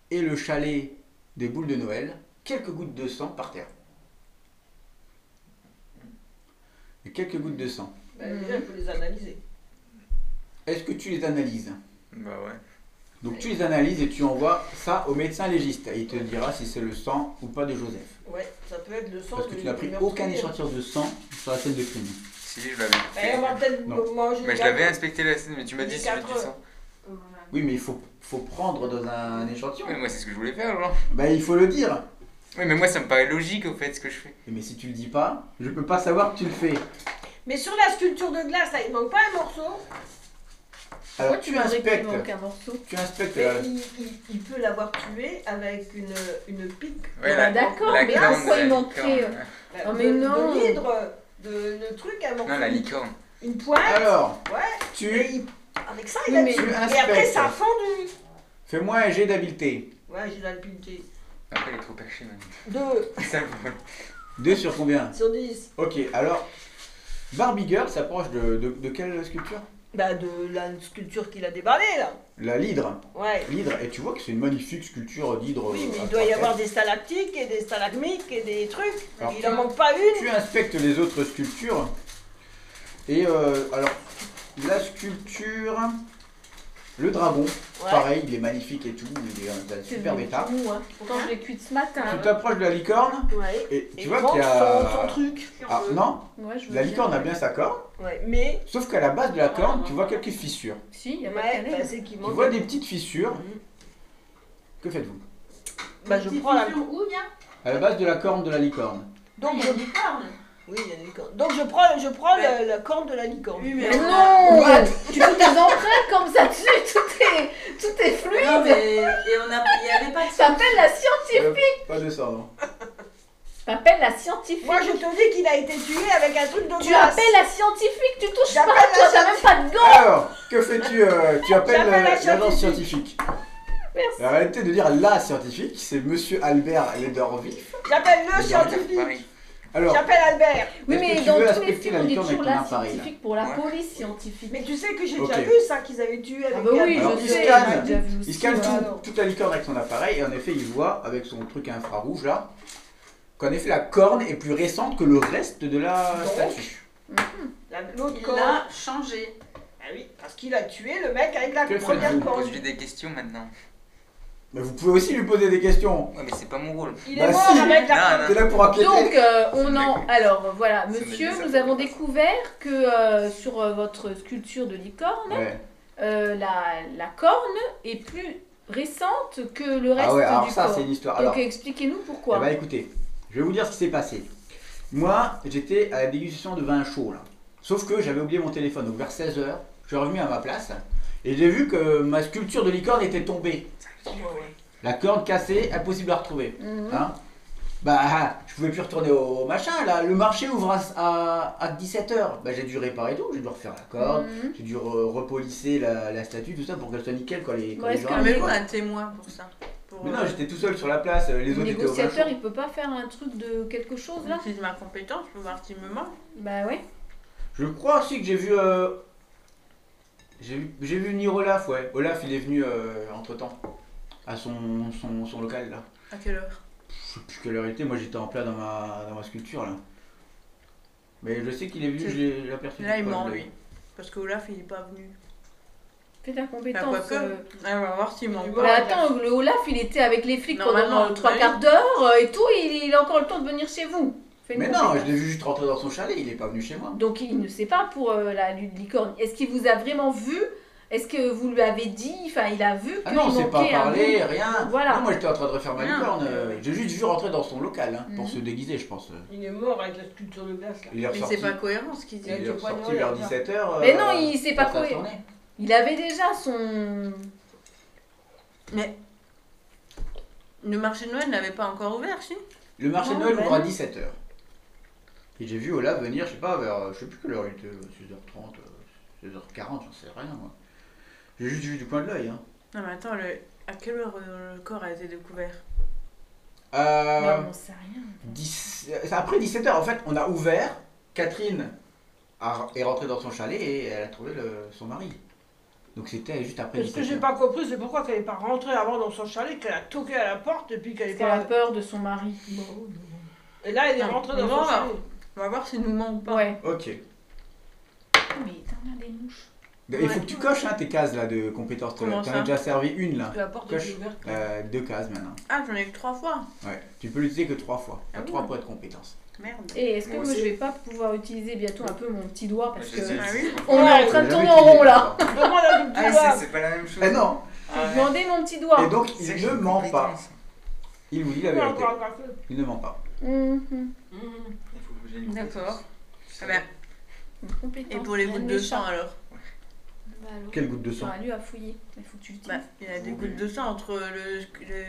Speaker 4: et le chalet des boules de Noël, quelques gouttes de sang par terre. Et quelques gouttes de sang.
Speaker 3: Bah, déjà, il faut les analyser.
Speaker 4: Est-ce que tu les analyses
Speaker 6: Bah ouais.
Speaker 4: Donc tu les analyses et tu envoies ça au médecin légiste. Et il te dira si c'est le sang ou pas de Joseph.
Speaker 3: Ouais, ça peut être le sens
Speaker 4: Parce que
Speaker 3: de
Speaker 4: tu n'as pris
Speaker 3: l'humeur
Speaker 4: aucun
Speaker 3: trouée.
Speaker 4: échantillon de sang sur la scène de crime.
Speaker 6: Si je l'avais.
Speaker 3: Bah, on va
Speaker 6: fait.
Speaker 3: peut-être
Speaker 4: Non. Bah,
Speaker 3: manger.
Speaker 6: Mais je l'avais inspecté la scène, mais tu m'as dit
Speaker 3: Il
Speaker 6: si
Speaker 3: est
Speaker 6: je du
Speaker 3: quatre.
Speaker 6: sang.
Speaker 4: Oui, mais il faut, faut prendre dans un échantillon.
Speaker 6: Mais moi c'est ce que je voulais faire genre.
Speaker 4: Bah il faut le dire. Eh,
Speaker 6: Oui mais moi ça me paraît logique au fait ce que je fais.
Speaker 4: Mais si tu le dis pas, je peux pas savoir que tu le fais.
Speaker 3: Mais sur la sculpture de glace, là, il manque pas un morceau.
Speaker 4: Alors
Speaker 5: pourquoi
Speaker 4: tu
Speaker 5: voudrais qu'il
Speaker 4: inspectes.
Speaker 5: manque un morceau
Speaker 4: Tu inspectes.
Speaker 3: Mais
Speaker 4: euh,
Speaker 3: il, il- il peut l'avoir tué avec une, une pique.
Speaker 6: Ouais,
Speaker 5: Bah,
Speaker 6: la-
Speaker 5: d'accord,
Speaker 6: la
Speaker 5: mais
Speaker 6: corne,
Speaker 5: pourquoi
Speaker 6: la
Speaker 5: il manquait,
Speaker 6: licorne, ouais.
Speaker 3: bah,
Speaker 5: Non,
Speaker 3: de-
Speaker 5: Ah, mais non.
Speaker 3: De l'hydre, de, le truc à
Speaker 6: Non la licorne.
Speaker 3: Une pointe.
Speaker 4: Alors,
Speaker 3: Ouais.
Speaker 4: tu
Speaker 3: Et il- avec ça,
Speaker 5: Oui,
Speaker 3: il a
Speaker 5: mais-
Speaker 3: tué.
Speaker 4: Tu
Speaker 3: Et après,
Speaker 4: inspectes.
Speaker 3: ça a fondu.
Speaker 4: fais-moi un jet d'habileté.
Speaker 3: Ouais, j'ai la l'impunité.
Speaker 6: Après elle est trop perchée même.
Speaker 3: 2
Speaker 6: Ça me vole.
Speaker 4: 2 sur combien
Speaker 3: sur 10.
Speaker 4: Ok, alors. Barbie Girl s'approche de, de, de quelle sculpture
Speaker 3: Bah, de la sculpture qu'il a déballée, là.
Speaker 4: La l'hydre.
Speaker 3: Ouais.
Speaker 4: L'hydre, et tu vois que c'est une magnifique sculpture d'hydre. euh,
Speaker 3: Oui, mais
Speaker 4: à
Speaker 3: il doit y
Speaker 4: trois
Speaker 3: avoir des stalactiques et des stalagmites et des trucs.
Speaker 4: Alors,
Speaker 3: il
Speaker 4: tu-
Speaker 3: en manque pas une.
Speaker 4: Tu inspectes les autres sculptures. Et euh, alors, la sculpture, le dragon,
Speaker 3: Ouais.
Speaker 4: pareil, il est magnifique et tout, il est dans un
Speaker 5: C'est Ah.
Speaker 4: superbe
Speaker 5: du
Speaker 4: état.
Speaker 5: trou, hein. Pourtant, je l'ai cuite ce matin. hein.
Speaker 4: Tu t'approches de la licorne
Speaker 3: Ouais.
Speaker 4: et tu
Speaker 3: Et
Speaker 4: vois
Speaker 3: prends
Speaker 4: qu'il y
Speaker 3: son, son
Speaker 4: a.
Speaker 3: truc.
Speaker 4: Ah
Speaker 2: Euh,
Speaker 4: non,
Speaker 5: Ouais, je veux
Speaker 4: la
Speaker 5: bien.
Speaker 4: licorne a bien sa corne,
Speaker 3: Ouais, mais
Speaker 4: sauf qu'à la base de la corne, tu vois quelques fissures.
Speaker 5: Si, il y a pas
Speaker 3: Ouais,
Speaker 5: de
Speaker 3: bah,
Speaker 5: canette.
Speaker 3: c'est qu'il
Speaker 4: Tu
Speaker 3: manque.
Speaker 4: vois des petites fissures. Que faites-vous
Speaker 3: Bah, je prends la.
Speaker 4: À la base de la corne de la licorne. *laughs*
Speaker 3: Donc, je... Oui, il y a une licorne. Donc je prends, je prends le- la corne de la licorne.
Speaker 2: Oui,
Speaker 5: Mais
Speaker 2: mais
Speaker 5: non Tu fais des empreintes comme ça dessus, *laughs* tout est, tout est fluide
Speaker 2: Non, mais. Et on a. Il n'y avait pas de
Speaker 5: Ça s'appelle la scientifique
Speaker 4: Euh, Pas de hein. sang, non. Euh.
Speaker 5: Ça s'appelle la scientifique
Speaker 3: Moi je te dis qu'il a été tué avec un truc de
Speaker 5: Tu
Speaker 3: glace.
Speaker 5: appelles la scientifique, tu touches pas,
Speaker 3: J'appelle la
Speaker 5: toi t'as même pas de gants
Speaker 4: Alors, que fais-tu euh, Tu appelles
Speaker 3: J'appelle
Speaker 4: euh,
Speaker 3: la
Speaker 4: l'agence
Speaker 3: scientifique.
Speaker 4: scientifique.
Speaker 5: Merci.
Speaker 4: La réalité de dire la scientifique, c'est monsieur Albert Ledervif.
Speaker 3: J'appelle
Speaker 4: Mais
Speaker 3: Oh, le
Speaker 4: non,
Speaker 3: scientifique.
Speaker 4: Alors,
Speaker 3: J'appelle Albert.
Speaker 5: Oui,
Speaker 4: Est-ce que
Speaker 5: mais
Speaker 4: tu
Speaker 5: dans
Speaker 4: veux
Speaker 5: tous les
Speaker 4: respecter
Speaker 5: films,
Speaker 4: la
Speaker 5: on dit
Speaker 4: licorne avec
Speaker 5: toujours
Speaker 4: ton
Speaker 5: la
Speaker 4: appareil, là
Speaker 5: scientifique pour la
Speaker 6: Ouais.
Speaker 5: police scientifique.
Speaker 3: Mais tu sais que j'ai
Speaker 4: Ok. Ah,
Speaker 3: déjà vu ça qu'ils avaient tué avec
Speaker 5: Ah bah oui,
Speaker 4: Alors,
Speaker 5: je
Speaker 4: il
Speaker 5: sais,
Speaker 4: scanne.
Speaker 5: j'ai déjà vu aussi,
Speaker 4: il scanne
Speaker 5: moi.
Speaker 4: tout- toute la licorne avec son appareil et en effet, il voit avec son truc infrarouge là qu'en effet la corne est plus récente que le reste de la
Speaker 3: Donc,
Speaker 4: statue.
Speaker 3: La- l'autre
Speaker 2: Il
Speaker 3: corne.
Speaker 2: l'a changé.
Speaker 3: Ah oui, parce qu'il a tué le mec avec la
Speaker 4: Que
Speaker 3: première
Speaker 4: faites-vous
Speaker 6: On pose
Speaker 3: corne.
Speaker 6: lui des questions maintenant.
Speaker 4: Mais vous pouvez aussi lui poser des questions.
Speaker 6: Ouais, mais c'est pas mon rôle.
Speaker 3: Il
Speaker 4: Bah
Speaker 3: est mort
Speaker 4: si.
Speaker 3: avec la
Speaker 6: Non,
Speaker 3: corne.
Speaker 6: non.
Speaker 4: T'es là pour enquêter.
Speaker 5: Donc, euh, on
Speaker 6: Ça
Speaker 5: en.
Speaker 6: m'est-
Speaker 5: Alors, voilà,
Speaker 6: ça m'est
Speaker 5: monsieur,
Speaker 6: bizarre.
Speaker 5: nous avons découvert que euh, sur euh, votre sculpture de licorne,
Speaker 4: Ouais.
Speaker 5: euh, la, la corne est plus récente que le reste
Speaker 4: Ah ouais, alors
Speaker 5: du
Speaker 4: ça
Speaker 5: corps.
Speaker 4: c'est une histoire.
Speaker 5: Donc,
Speaker 4: Alors,
Speaker 5: expliquez-nous pourquoi.
Speaker 4: Eh ben, écoutez, je vais vous dire ce qui s'est passé. Moi, j'étais à la dégustation de vin chaud là. Sauf que j'avais oublié mon téléphone, donc vers 16h, je suis revenu à ma place et j'ai vu que ma sculpture de licorne était tombée. La corne cassée, impossible à retrouver.
Speaker 5: Mhm.
Speaker 4: Hein bah, je pouvais plus retourner au machin là. Le marché ouvre à, à, 17h. Bah, j'ai dû réparer tout, j'ai dû refaire la corne,
Speaker 5: Mhm.
Speaker 4: j'ai dû re- repolisser la, la statue, tout ça pour qu'elle soit nickel quand les, quand
Speaker 5: Bon,
Speaker 4: les
Speaker 5: est-ce
Speaker 4: gens
Speaker 5: que-
Speaker 4: arrivent,
Speaker 2: Amenez-vous
Speaker 4: quoi.
Speaker 2: un témoin pour ça. Pour,
Speaker 4: Ah, Mais
Speaker 2: euh,
Speaker 4: non, j'étais tout seul sur la place, euh, les
Speaker 5: Le
Speaker 4: autres étaient au vin chaud.
Speaker 5: négociateur, il peut pas faire un truc de quelque chose là
Speaker 2: J'utilise ma compétence pour voir s'il me manque.
Speaker 5: Bah ouais.
Speaker 4: Je crois aussi que j'ai vu. euh, J'ai vu, j'ai vu venir Olaf, ouais. Olaf, il est venu entre temps. À son, son, son local, là.
Speaker 2: À quelle heure
Speaker 4: Je sais plus quelle heure il était, moi j'étais en plein dans ma, dans ma sculpture, là. Mais je sais qu'il est venu,
Speaker 2: C'est-
Speaker 4: je l'ai je l'ai aperçu.
Speaker 2: Là,
Speaker 4: du
Speaker 2: il
Speaker 4: coin
Speaker 2: ment,
Speaker 4: de
Speaker 2: lui. Parce que Olaf, il est pas venu.
Speaker 5: Fais ta
Speaker 2: Bah, quoi
Speaker 5: compétence.
Speaker 2: que.
Speaker 5: euh.
Speaker 2: Ah, on va voir s'il ment.
Speaker 3: Il
Speaker 5: Bah, attends, le Olaf, il était avec les flics
Speaker 2: Normalement,
Speaker 5: pendant euh, trois
Speaker 2: oui.
Speaker 5: quarts d'heure euh, et tout, il, il a encore le temps de venir chez vous. Fais une
Speaker 4: Mais non, je
Speaker 5: compétence.
Speaker 4: l'ai vu juste rentrer dans son chalet, il est pas venu chez moi.
Speaker 5: Donc il ne sait pas pour euh, la lune licorne. Est-ce qu'il vous a vraiment vu Est-ce que vous lui avez dit Enfin, il a vu que
Speaker 4: Ah non, on s'est pas parlé, rien.
Speaker 5: Voilà.
Speaker 4: Non, moi j'étais en train de refaire ma
Speaker 2: Rien.
Speaker 4: licorne. euh, J'ai juste vu rentrer dans son local, hein, pour
Speaker 5: Mhm.
Speaker 4: se déguiser, je pense. Euh,
Speaker 3: Il est mort avec la sculpture de glace là.
Speaker 4: Il est
Speaker 2: Mais
Speaker 4: ressorti,
Speaker 2: c'est pas cohérent ce qu'il
Speaker 4: il
Speaker 2: dit.
Speaker 4: est
Speaker 3: du
Speaker 4: ressorti
Speaker 3: poignet,
Speaker 4: vers euh,
Speaker 3: là.
Speaker 4: 17h.
Speaker 5: hein. Mais non, il s'est pas coué.
Speaker 4: tourné.
Speaker 5: Il avait déjà son.
Speaker 2: Le marché de Noël n'avait pas encore ouvert, si
Speaker 4: Le marché de
Speaker 5: Ouais,
Speaker 4: Noël
Speaker 5: ouais.
Speaker 4: ouvre à 17h. Et j'ai vu Ola venir, je sais pas, vers. euh, Je sais plus quelle heure il était, euh, 16h30, euh, 16h40, j'en sais rien moi. J'ai juste vu du coin de l'œil. Hein.
Speaker 2: Non, mais attends, le... à quelle heure euh, le corps a été découvert
Speaker 4: Euh,
Speaker 5: Non, on sait rien.
Speaker 4: 10 euh, c'est après 17h, en fait, on a ouvert. Catherine a- est rentrée dans son chalet et elle a trouvé le- son mari. Donc c'était juste après
Speaker 3: Ce que
Speaker 4: 17h.
Speaker 3: j'ai pas compris, c'est pourquoi qu'elle n'est pas rentrée avant dans son chalet, qu'elle a toqué à la porte depuis qu'elle est
Speaker 5: Parce qu'elle a
Speaker 3: pas.
Speaker 5: peur de son mari.
Speaker 2: Oh,
Speaker 3: Et là, elle est
Speaker 2: Non,
Speaker 3: rentrée
Speaker 2: mais
Speaker 3: dans
Speaker 2: bon,
Speaker 3: son chalet.
Speaker 2: On va voir s'il nous ment ou pas.
Speaker 5: Ouais.
Speaker 4: Ok.
Speaker 2: Oh,
Speaker 5: Mais t'en as des mouches.
Speaker 4: Il faut que tu coches hein, tes cases là de compétences. T'en
Speaker 2: Comment
Speaker 4: as
Speaker 2: ça
Speaker 4: déjà servi une là.
Speaker 3: La porte
Speaker 4: Coche.
Speaker 3: est ouverte.
Speaker 4: Euh, deux cases maintenant.
Speaker 2: Ah, j'en ai que trois fois.
Speaker 4: Ouais. Tu peux l'utiliser que trois fois.
Speaker 2: Ah
Speaker 4: T'as
Speaker 2: bon
Speaker 4: trois points de compétences.
Speaker 2: Merde.
Speaker 5: Et est-ce que
Speaker 6: Moi
Speaker 5: moi,
Speaker 6: aussi.
Speaker 5: je vais pas pouvoir utiliser bientôt un peu mon petit doigt parce
Speaker 6: Je
Speaker 5: que.
Speaker 6: sais,
Speaker 2: Ah
Speaker 6: c'est-
Speaker 2: oui.
Speaker 5: On est en train
Speaker 4: Jamais
Speaker 5: de tourner en
Speaker 4: utilisé,
Speaker 5: rond là.
Speaker 3: *laughs*
Speaker 4: ça.
Speaker 3: Demande à ton
Speaker 6: Ah,
Speaker 3: petit doigt.
Speaker 6: c'est c'est pas la même chose.
Speaker 4: Eh non
Speaker 6: Ah, ouais.
Speaker 5: Demandez mon petit doigt.
Speaker 4: Et donc, il
Speaker 6: C'est que
Speaker 4: ne
Speaker 6: j'ai
Speaker 4: ment
Speaker 6: compris,
Speaker 4: pas.
Speaker 6: ça.
Speaker 4: Il vous dit la
Speaker 3: Encore,
Speaker 4: vérité.
Speaker 3: encore, encore.
Speaker 4: Il ne ment pas.
Speaker 5: Mhm.
Speaker 3: Mhm.
Speaker 6: Il faut que j'aille une
Speaker 2: D'accord.
Speaker 6: compétence.
Speaker 2: Très bien.
Speaker 5: Une compétence
Speaker 2: Ah bah, Et pour les gouttes de sang, alors
Speaker 5: Bah, alors,
Speaker 4: Quelle goutte de
Speaker 5: tu
Speaker 4: sang
Speaker 5: auras lieu à fouiller. Il faut que tu
Speaker 2: Bah,
Speaker 5: l'utilises.
Speaker 2: il y a des gouttes de sang entre le, le,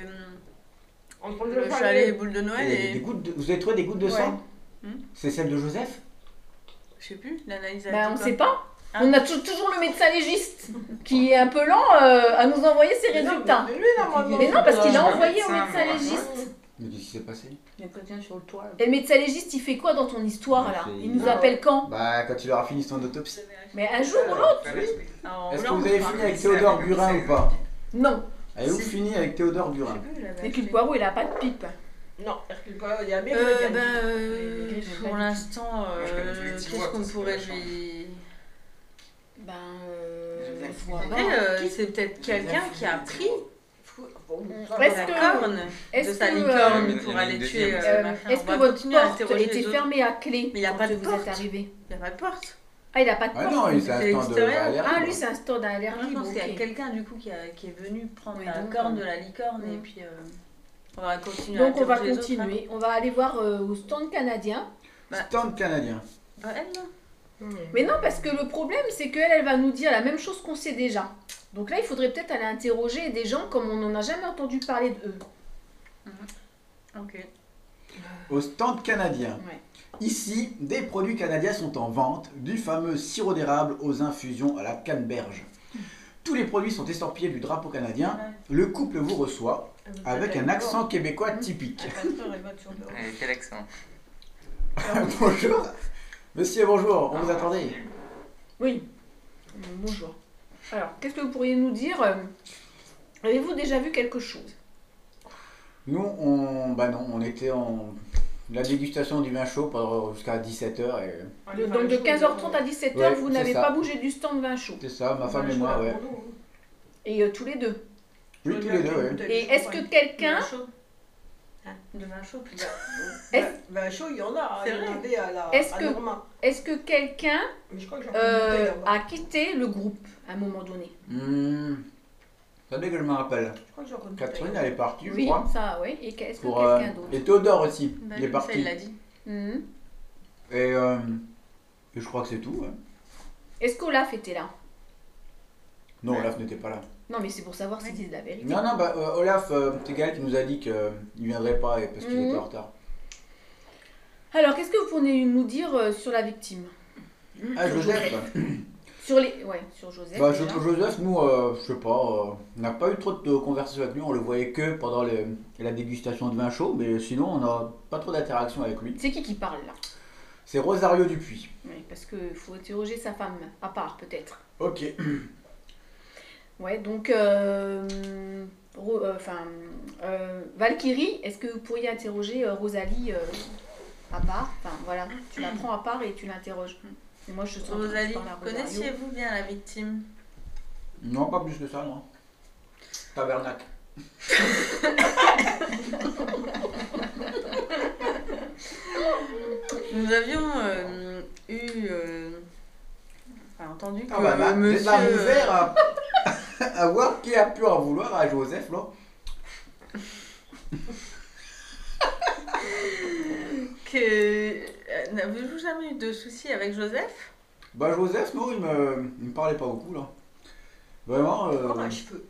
Speaker 3: Entre le
Speaker 2: le
Speaker 3: chalet
Speaker 2: chalet et boule de Noël
Speaker 4: Et des
Speaker 2: et.
Speaker 4: gouttes de- Vous avez trouvé des gouttes de
Speaker 5: Ouais.
Speaker 4: sang
Speaker 2: Hmm
Speaker 4: C'est celle de Joseph
Speaker 2: Je sais plus, l'analyse a
Speaker 5: Bah,
Speaker 2: dit
Speaker 5: on
Speaker 2: quoi
Speaker 5: sait pas.
Speaker 2: Ah.
Speaker 5: On a tou- toujours le médecin légiste qui est un peu lent euh, à nous envoyer ses
Speaker 3: Mais non,
Speaker 5: résultats.
Speaker 3: mais lui, normalement.
Speaker 5: Mais non, parce qu'il a
Speaker 6: Ouais,
Speaker 5: envoyé au
Speaker 6: médecin,
Speaker 5: médecin
Speaker 2: hein.
Speaker 6: moi.
Speaker 5: légiste.
Speaker 3: Ah,
Speaker 4: Mais qu'est-ce qui s'est passé
Speaker 2: Il y a quelqu'un sur le toit.
Speaker 5: Et le médecin légiste, il fait quoi dans ton histoire là
Speaker 4: C'est-
Speaker 5: Il nous appelle quand
Speaker 4: Bah, quand il aura fini son autopsie.
Speaker 5: Mais un jour hein. ou l'autre
Speaker 6: Pas respect.
Speaker 4: Est-ce que vous avez fini avec Théodore Burin ou pas
Speaker 5: Non.
Speaker 4: Avez-vous
Speaker 6: Si.
Speaker 4: fini avec Théodore
Speaker 2: Euh, Je sais
Speaker 4: Burin
Speaker 2: plus, j'avais
Speaker 5: Et puis le
Speaker 2: acheté.
Speaker 5: poireau, il a pas de pipe.
Speaker 3: Non, Hercule Poirot, il y a un mec qui
Speaker 2: Euh,
Speaker 3: a
Speaker 5: ben,
Speaker 3: dit-
Speaker 2: bah, euh,
Speaker 5: Mais les griffes,
Speaker 2: pour
Speaker 5: pas
Speaker 2: l'instant,
Speaker 6: Moi, je connais tous les
Speaker 2: euh,
Speaker 6: petits
Speaker 2: qu'est-ce
Speaker 6: voix,
Speaker 2: qu'on
Speaker 6: ça, c'est
Speaker 2: pourrait
Speaker 6: pas la
Speaker 2: lui.
Speaker 5: Ben. Euh,
Speaker 6: Joseph.
Speaker 5: faut avoir-
Speaker 2: Après, euh, c'est peut-être quelqu'un qui a pris
Speaker 3: Fou- bon, ça,
Speaker 5: Est-ce
Speaker 2: la
Speaker 5: que-
Speaker 2: corne
Speaker 5: Est-ce
Speaker 2: de sa
Speaker 5: que,
Speaker 6: licorne, il
Speaker 5: euh,
Speaker 6: y
Speaker 2: licorne
Speaker 6: en
Speaker 2: pour
Speaker 6: a
Speaker 2: aller
Speaker 6: une
Speaker 2: tuer.
Speaker 6: deuxième.
Speaker 2: euh,
Speaker 5: euh,
Speaker 2: machin.
Speaker 5: Est-ce
Speaker 2: On
Speaker 5: que
Speaker 2: va
Speaker 5: votre
Speaker 2: continuer à
Speaker 5: porte
Speaker 2: interroger
Speaker 5: était
Speaker 2: les autres.
Speaker 5: fermée à clé
Speaker 2: Mais il y a
Speaker 5: quand
Speaker 2: pas de
Speaker 5: vous
Speaker 2: porte.
Speaker 5: êtes arrivé
Speaker 2: Il n'y a pas de porte.
Speaker 5: Ah, il a pas de
Speaker 4: Ah
Speaker 5: porte.
Speaker 4: non, il- c'est
Speaker 2: C'est
Speaker 4: un stand de
Speaker 2: l'extérieur.
Speaker 4: Valère.
Speaker 5: Ah, lui, c'est un stand
Speaker 2: Moi, je
Speaker 5: d'allergie.
Speaker 2: pense
Speaker 5: bon,
Speaker 2: qu'il y a
Speaker 5: ok.
Speaker 2: quelqu'un du coup qui, a- qui est venu prendre
Speaker 5: Ouais,
Speaker 2: la
Speaker 5: donc,
Speaker 2: corne
Speaker 5: euh,
Speaker 2: de la licorne et
Speaker 5: mm.
Speaker 2: puis euh, on va continuer à
Speaker 5: Donc on va
Speaker 2: interroger les autres, hein.
Speaker 5: continuer. On va aller voir euh, au stand canadien.
Speaker 2: Bah.
Speaker 4: Stand canadien.
Speaker 2: Bah, elle, là.
Speaker 3: Hmm.
Speaker 5: Mais non, parce que le problème, c'est qu'elle, elle va nous dire la même chose qu'on sait déjà. Donc là, il faudrait peut-être aller interroger des gens comme on n'en a jamais entendu parler d'eux.
Speaker 2: Ok.
Speaker 4: Au stand canadien.
Speaker 5: Ouais.
Speaker 4: Ici, des produits canadiens sont en vente, du fameux sirop d'érable aux infusions à la canneberge. Tous les produits sont estampillés du drapeau canadien. Le couple vous reçoit avec un accent québécois typique.
Speaker 6: Allez, quel accent
Speaker 4: *laughs* bonjour. Monsieur, bonjour. On vous attendait.
Speaker 5: Oui. Bonjour. Alors, qu'est-ce que vous pourriez nous dire euh, Avez-vous déjà vu quelque chose
Speaker 4: Nous, on, bah non, on était en la dégustation du vin chaud pendant- jusqu'à 17h et
Speaker 5: De- Donc de 15h30 à 17h,
Speaker 4: Ouais,
Speaker 5: vous
Speaker 4: c'est
Speaker 5: n'avez
Speaker 4: ça.
Speaker 5: pas bougé du stand vin chaud.
Speaker 4: c'est ça, ma femme et moi, ouais.
Speaker 5: Et euh, tous les deux.
Speaker 4: Oui, tous les deux, ouais.
Speaker 5: Et est-ce que quelqu'un...
Speaker 2: De vin chaud, puis
Speaker 5: Est-ce-
Speaker 3: Bah, chaud, il y en a.
Speaker 2: C'est
Speaker 3: hein,
Speaker 2: vrai.
Speaker 3: Regardez à la.
Speaker 5: Est-ce
Speaker 3: à
Speaker 5: que-
Speaker 3: Norma.
Speaker 5: Est-ce que quelqu'un
Speaker 3: Mais je crois que j'en connais une
Speaker 5: euh,
Speaker 3: bouteille là-bas.
Speaker 5: a quitté le groupe à un moment donné
Speaker 4: Hmm. Ça dès que je me rappelle.
Speaker 3: Je crois que j'en connais une bouteille
Speaker 4: Catherine,
Speaker 3: là-bas.
Speaker 4: elle est partie, je
Speaker 5: Oui,
Speaker 4: crois.
Speaker 5: ça, oui. Et que- est-ce que
Speaker 4: Pour,
Speaker 5: quelqu'un
Speaker 4: euh,
Speaker 5: d'autre
Speaker 4: et Théodore aussi,
Speaker 2: Bah,
Speaker 4: il est
Speaker 2: comme ça, il
Speaker 4: parti.
Speaker 2: l'a dit.
Speaker 5: Mhm.
Speaker 4: Et, euh, et je crois que c'est tout. hein. ouais.
Speaker 5: Est-ce qu'Olaf était là
Speaker 4: Non, Olaf n'était pas là.
Speaker 5: Non, mais c'est pour savoir si
Speaker 2: Oui.
Speaker 5: c'était la vérité.
Speaker 4: Non, non, bah, euh, Olaf, euh, c'est Gaël qui nous a dit qu'il ne viendrait pas et- parce qu'il
Speaker 5: Mhm.
Speaker 4: était en retard.
Speaker 5: Alors, qu'est-ce que vous pourriez nous dire euh, sur la victime
Speaker 4: Ah, Joseph
Speaker 5: Sur les... Mhm. Ouais, sur Joseph.
Speaker 4: bah,
Speaker 5: déjà.
Speaker 4: Jo- Joseph, nous, euh, je sais pas, euh, on n'a pas eu trop de conversation avec lui. On le voyait que pendant le- la dégustation de vin chaud, mais sinon, on n'a pas trop d'interaction avec lui.
Speaker 5: C'est qui qui parle là
Speaker 4: C'est Rosario Dupuis.
Speaker 5: Oui, Parce qu'il faut interroger sa femme, à part peut-être.
Speaker 4: Ok.
Speaker 5: Ouais, donc... euh, Ro- euh, Enfin... euh, Valkyrie, est-ce que vous pourriez interroger euh, Rosalie euh, à part Enfin, voilà, tu la prends à part et tu l'interroges. Et moi, je suis en train de
Speaker 2: Rosalie,
Speaker 5: parler à Rosario.
Speaker 2: connaissiez-vous bien la victime
Speaker 4: Non, pas plus que ça, non. Tabernacle.
Speaker 2: Nous avions euh, eu. euh, enfin, entendu que
Speaker 4: Ah bah, là,
Speaker 2: monsieur.
Speaker 4: vous êtes ouvert à, *laughs* à voir qui a pu en vouloir à Joseph, là.
Speaker 2: que. euh, N'avez-vous jamais eu de soucis avec Joseph
Speaker 4: Bah, Joseph, non, il me, il me parlait pas beaucoup, là. Vraiment, euh,
Speaker 3: Comme un cheveu.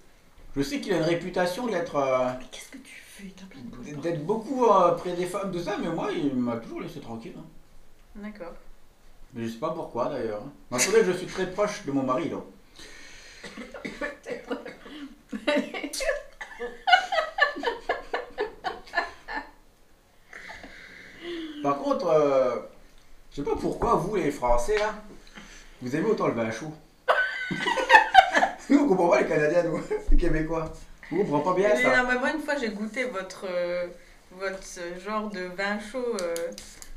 Speaker 4: je sais qu'il a une réputation d'être euh,
Speaker 3: Mais qu'est-ce que tu fais T'as plein de bouches.
Speaker 4: d'être beaucoup euh, près des femmes, de ça, mais moi, il m'a toujours laissé tranquille. hein.
Speaker 2: D'accord.
Speaker 4: Mais je sais pas pourquoi, d'ailleurs. Mais attendez, je suis très proche de mon mari, là. Par contre, euh, je sais pas pourquoi vous, les Français, là, vous aimez autant le vin chaud. nous, on comprend pas les Canadiens, nous, les Québécois. On comprend pas bien
Speaker 2: Mais
Speaker 4: ça.
Speaker 2: non, mais moi, une fois, j'ai goûté votre, euh, votre genre de vin chaud euh,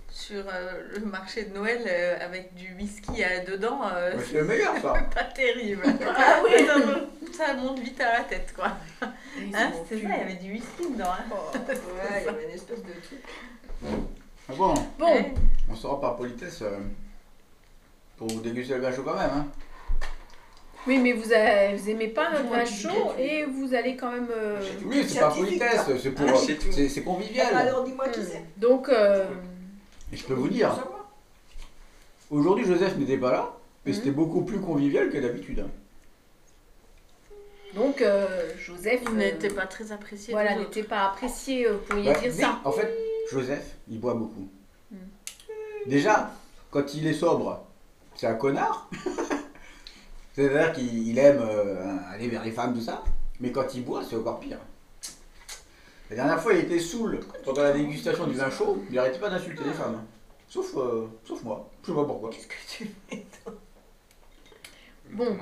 Speaker 2: sur euh, le marché de Noël euh, avec du whisky à, dedans. euh,
Speaker 4: Mais C'est le meilleur, ça.
Speaker 2: pas terrible.
Speaker 5: *laughs* Ah
Speaker 2: *laughs*
Speaker 5: oui
Speaker 2: ça, monte- ça monte vite à la tête, quoi. Hein, c'est ça, il y avait du whisky dedans. Hein.
Speaker 3: Oh, Ouais, il y avait une espèce de truc.
Speaker 4: Ah bon,
Speaker 5: Bon,
Speaker 2: Ouais.
Speaker 4: on sera par politesse euh, pour vous déguster le vin chaud quand même, hein.
Speaker 5: Oui, mais vous, euh, vous aimez pas le
Speaker 3: Dis-moi,
Speaker 5: vin
Speaker 3: tu-
Speaker 5: chaud
Speaker 3: tu- Bah,
Speaker 5: et vous allez quand même. euh,
Speaker 4: Oui, c'est pas
Speaker 3: Scientifique,
Speaker 4: politesse, c'est pour.
Speaker 6: Ah, c'est tout.
Speaker 4: c'est- c'est convivial.
Speaker 3: Eh, bah, Alors dis-moi qui
Speaker 5: hmm.
Speaker 3: c'est.
Speaker 5: Donc, euh,
Speaker 4: Et je peux vous dire, aujourd'hui Joseph n'était pas là, mais
Speaker 5: Mhm.
Speaker 4: c'était beaucoup plus convivial que d'habitude. hein.
Speaker 5: donc euh, Joseph
Speaker 2: Il
Speaker 5: euh,
Speaker 2: n'était pas très apprécié.
Speaker 5: voilà,
Speaker 2: des
Speaker 5: n'était pas apprécié, euh, vous pourriez
Speaker 4: Ouais,
Speaker 5: dire
Speaker 4: Bah, mais
Speaker 5: ça.
Speaker 4: En fait, Joseph, il boit beaucoup.
Speaker 5: Mhm.
Speaker 4: Déjà, quand il est sobre, c'est un connard. *laughs* C'est-à-dire qu'il il aime euh, aller vers les femmes, tout ça. Mais quand il boit, c'est encore pire. La dernière fois, il était saoul pendant la dégustation du vin chaud. Il arrêtait pas d'insulter les femmes. hein. Sauf, euh, sauf moi. Je sais pas pourquoi.
Speaker 3: Qu'est-ce que tu
Speaker 5: Bon.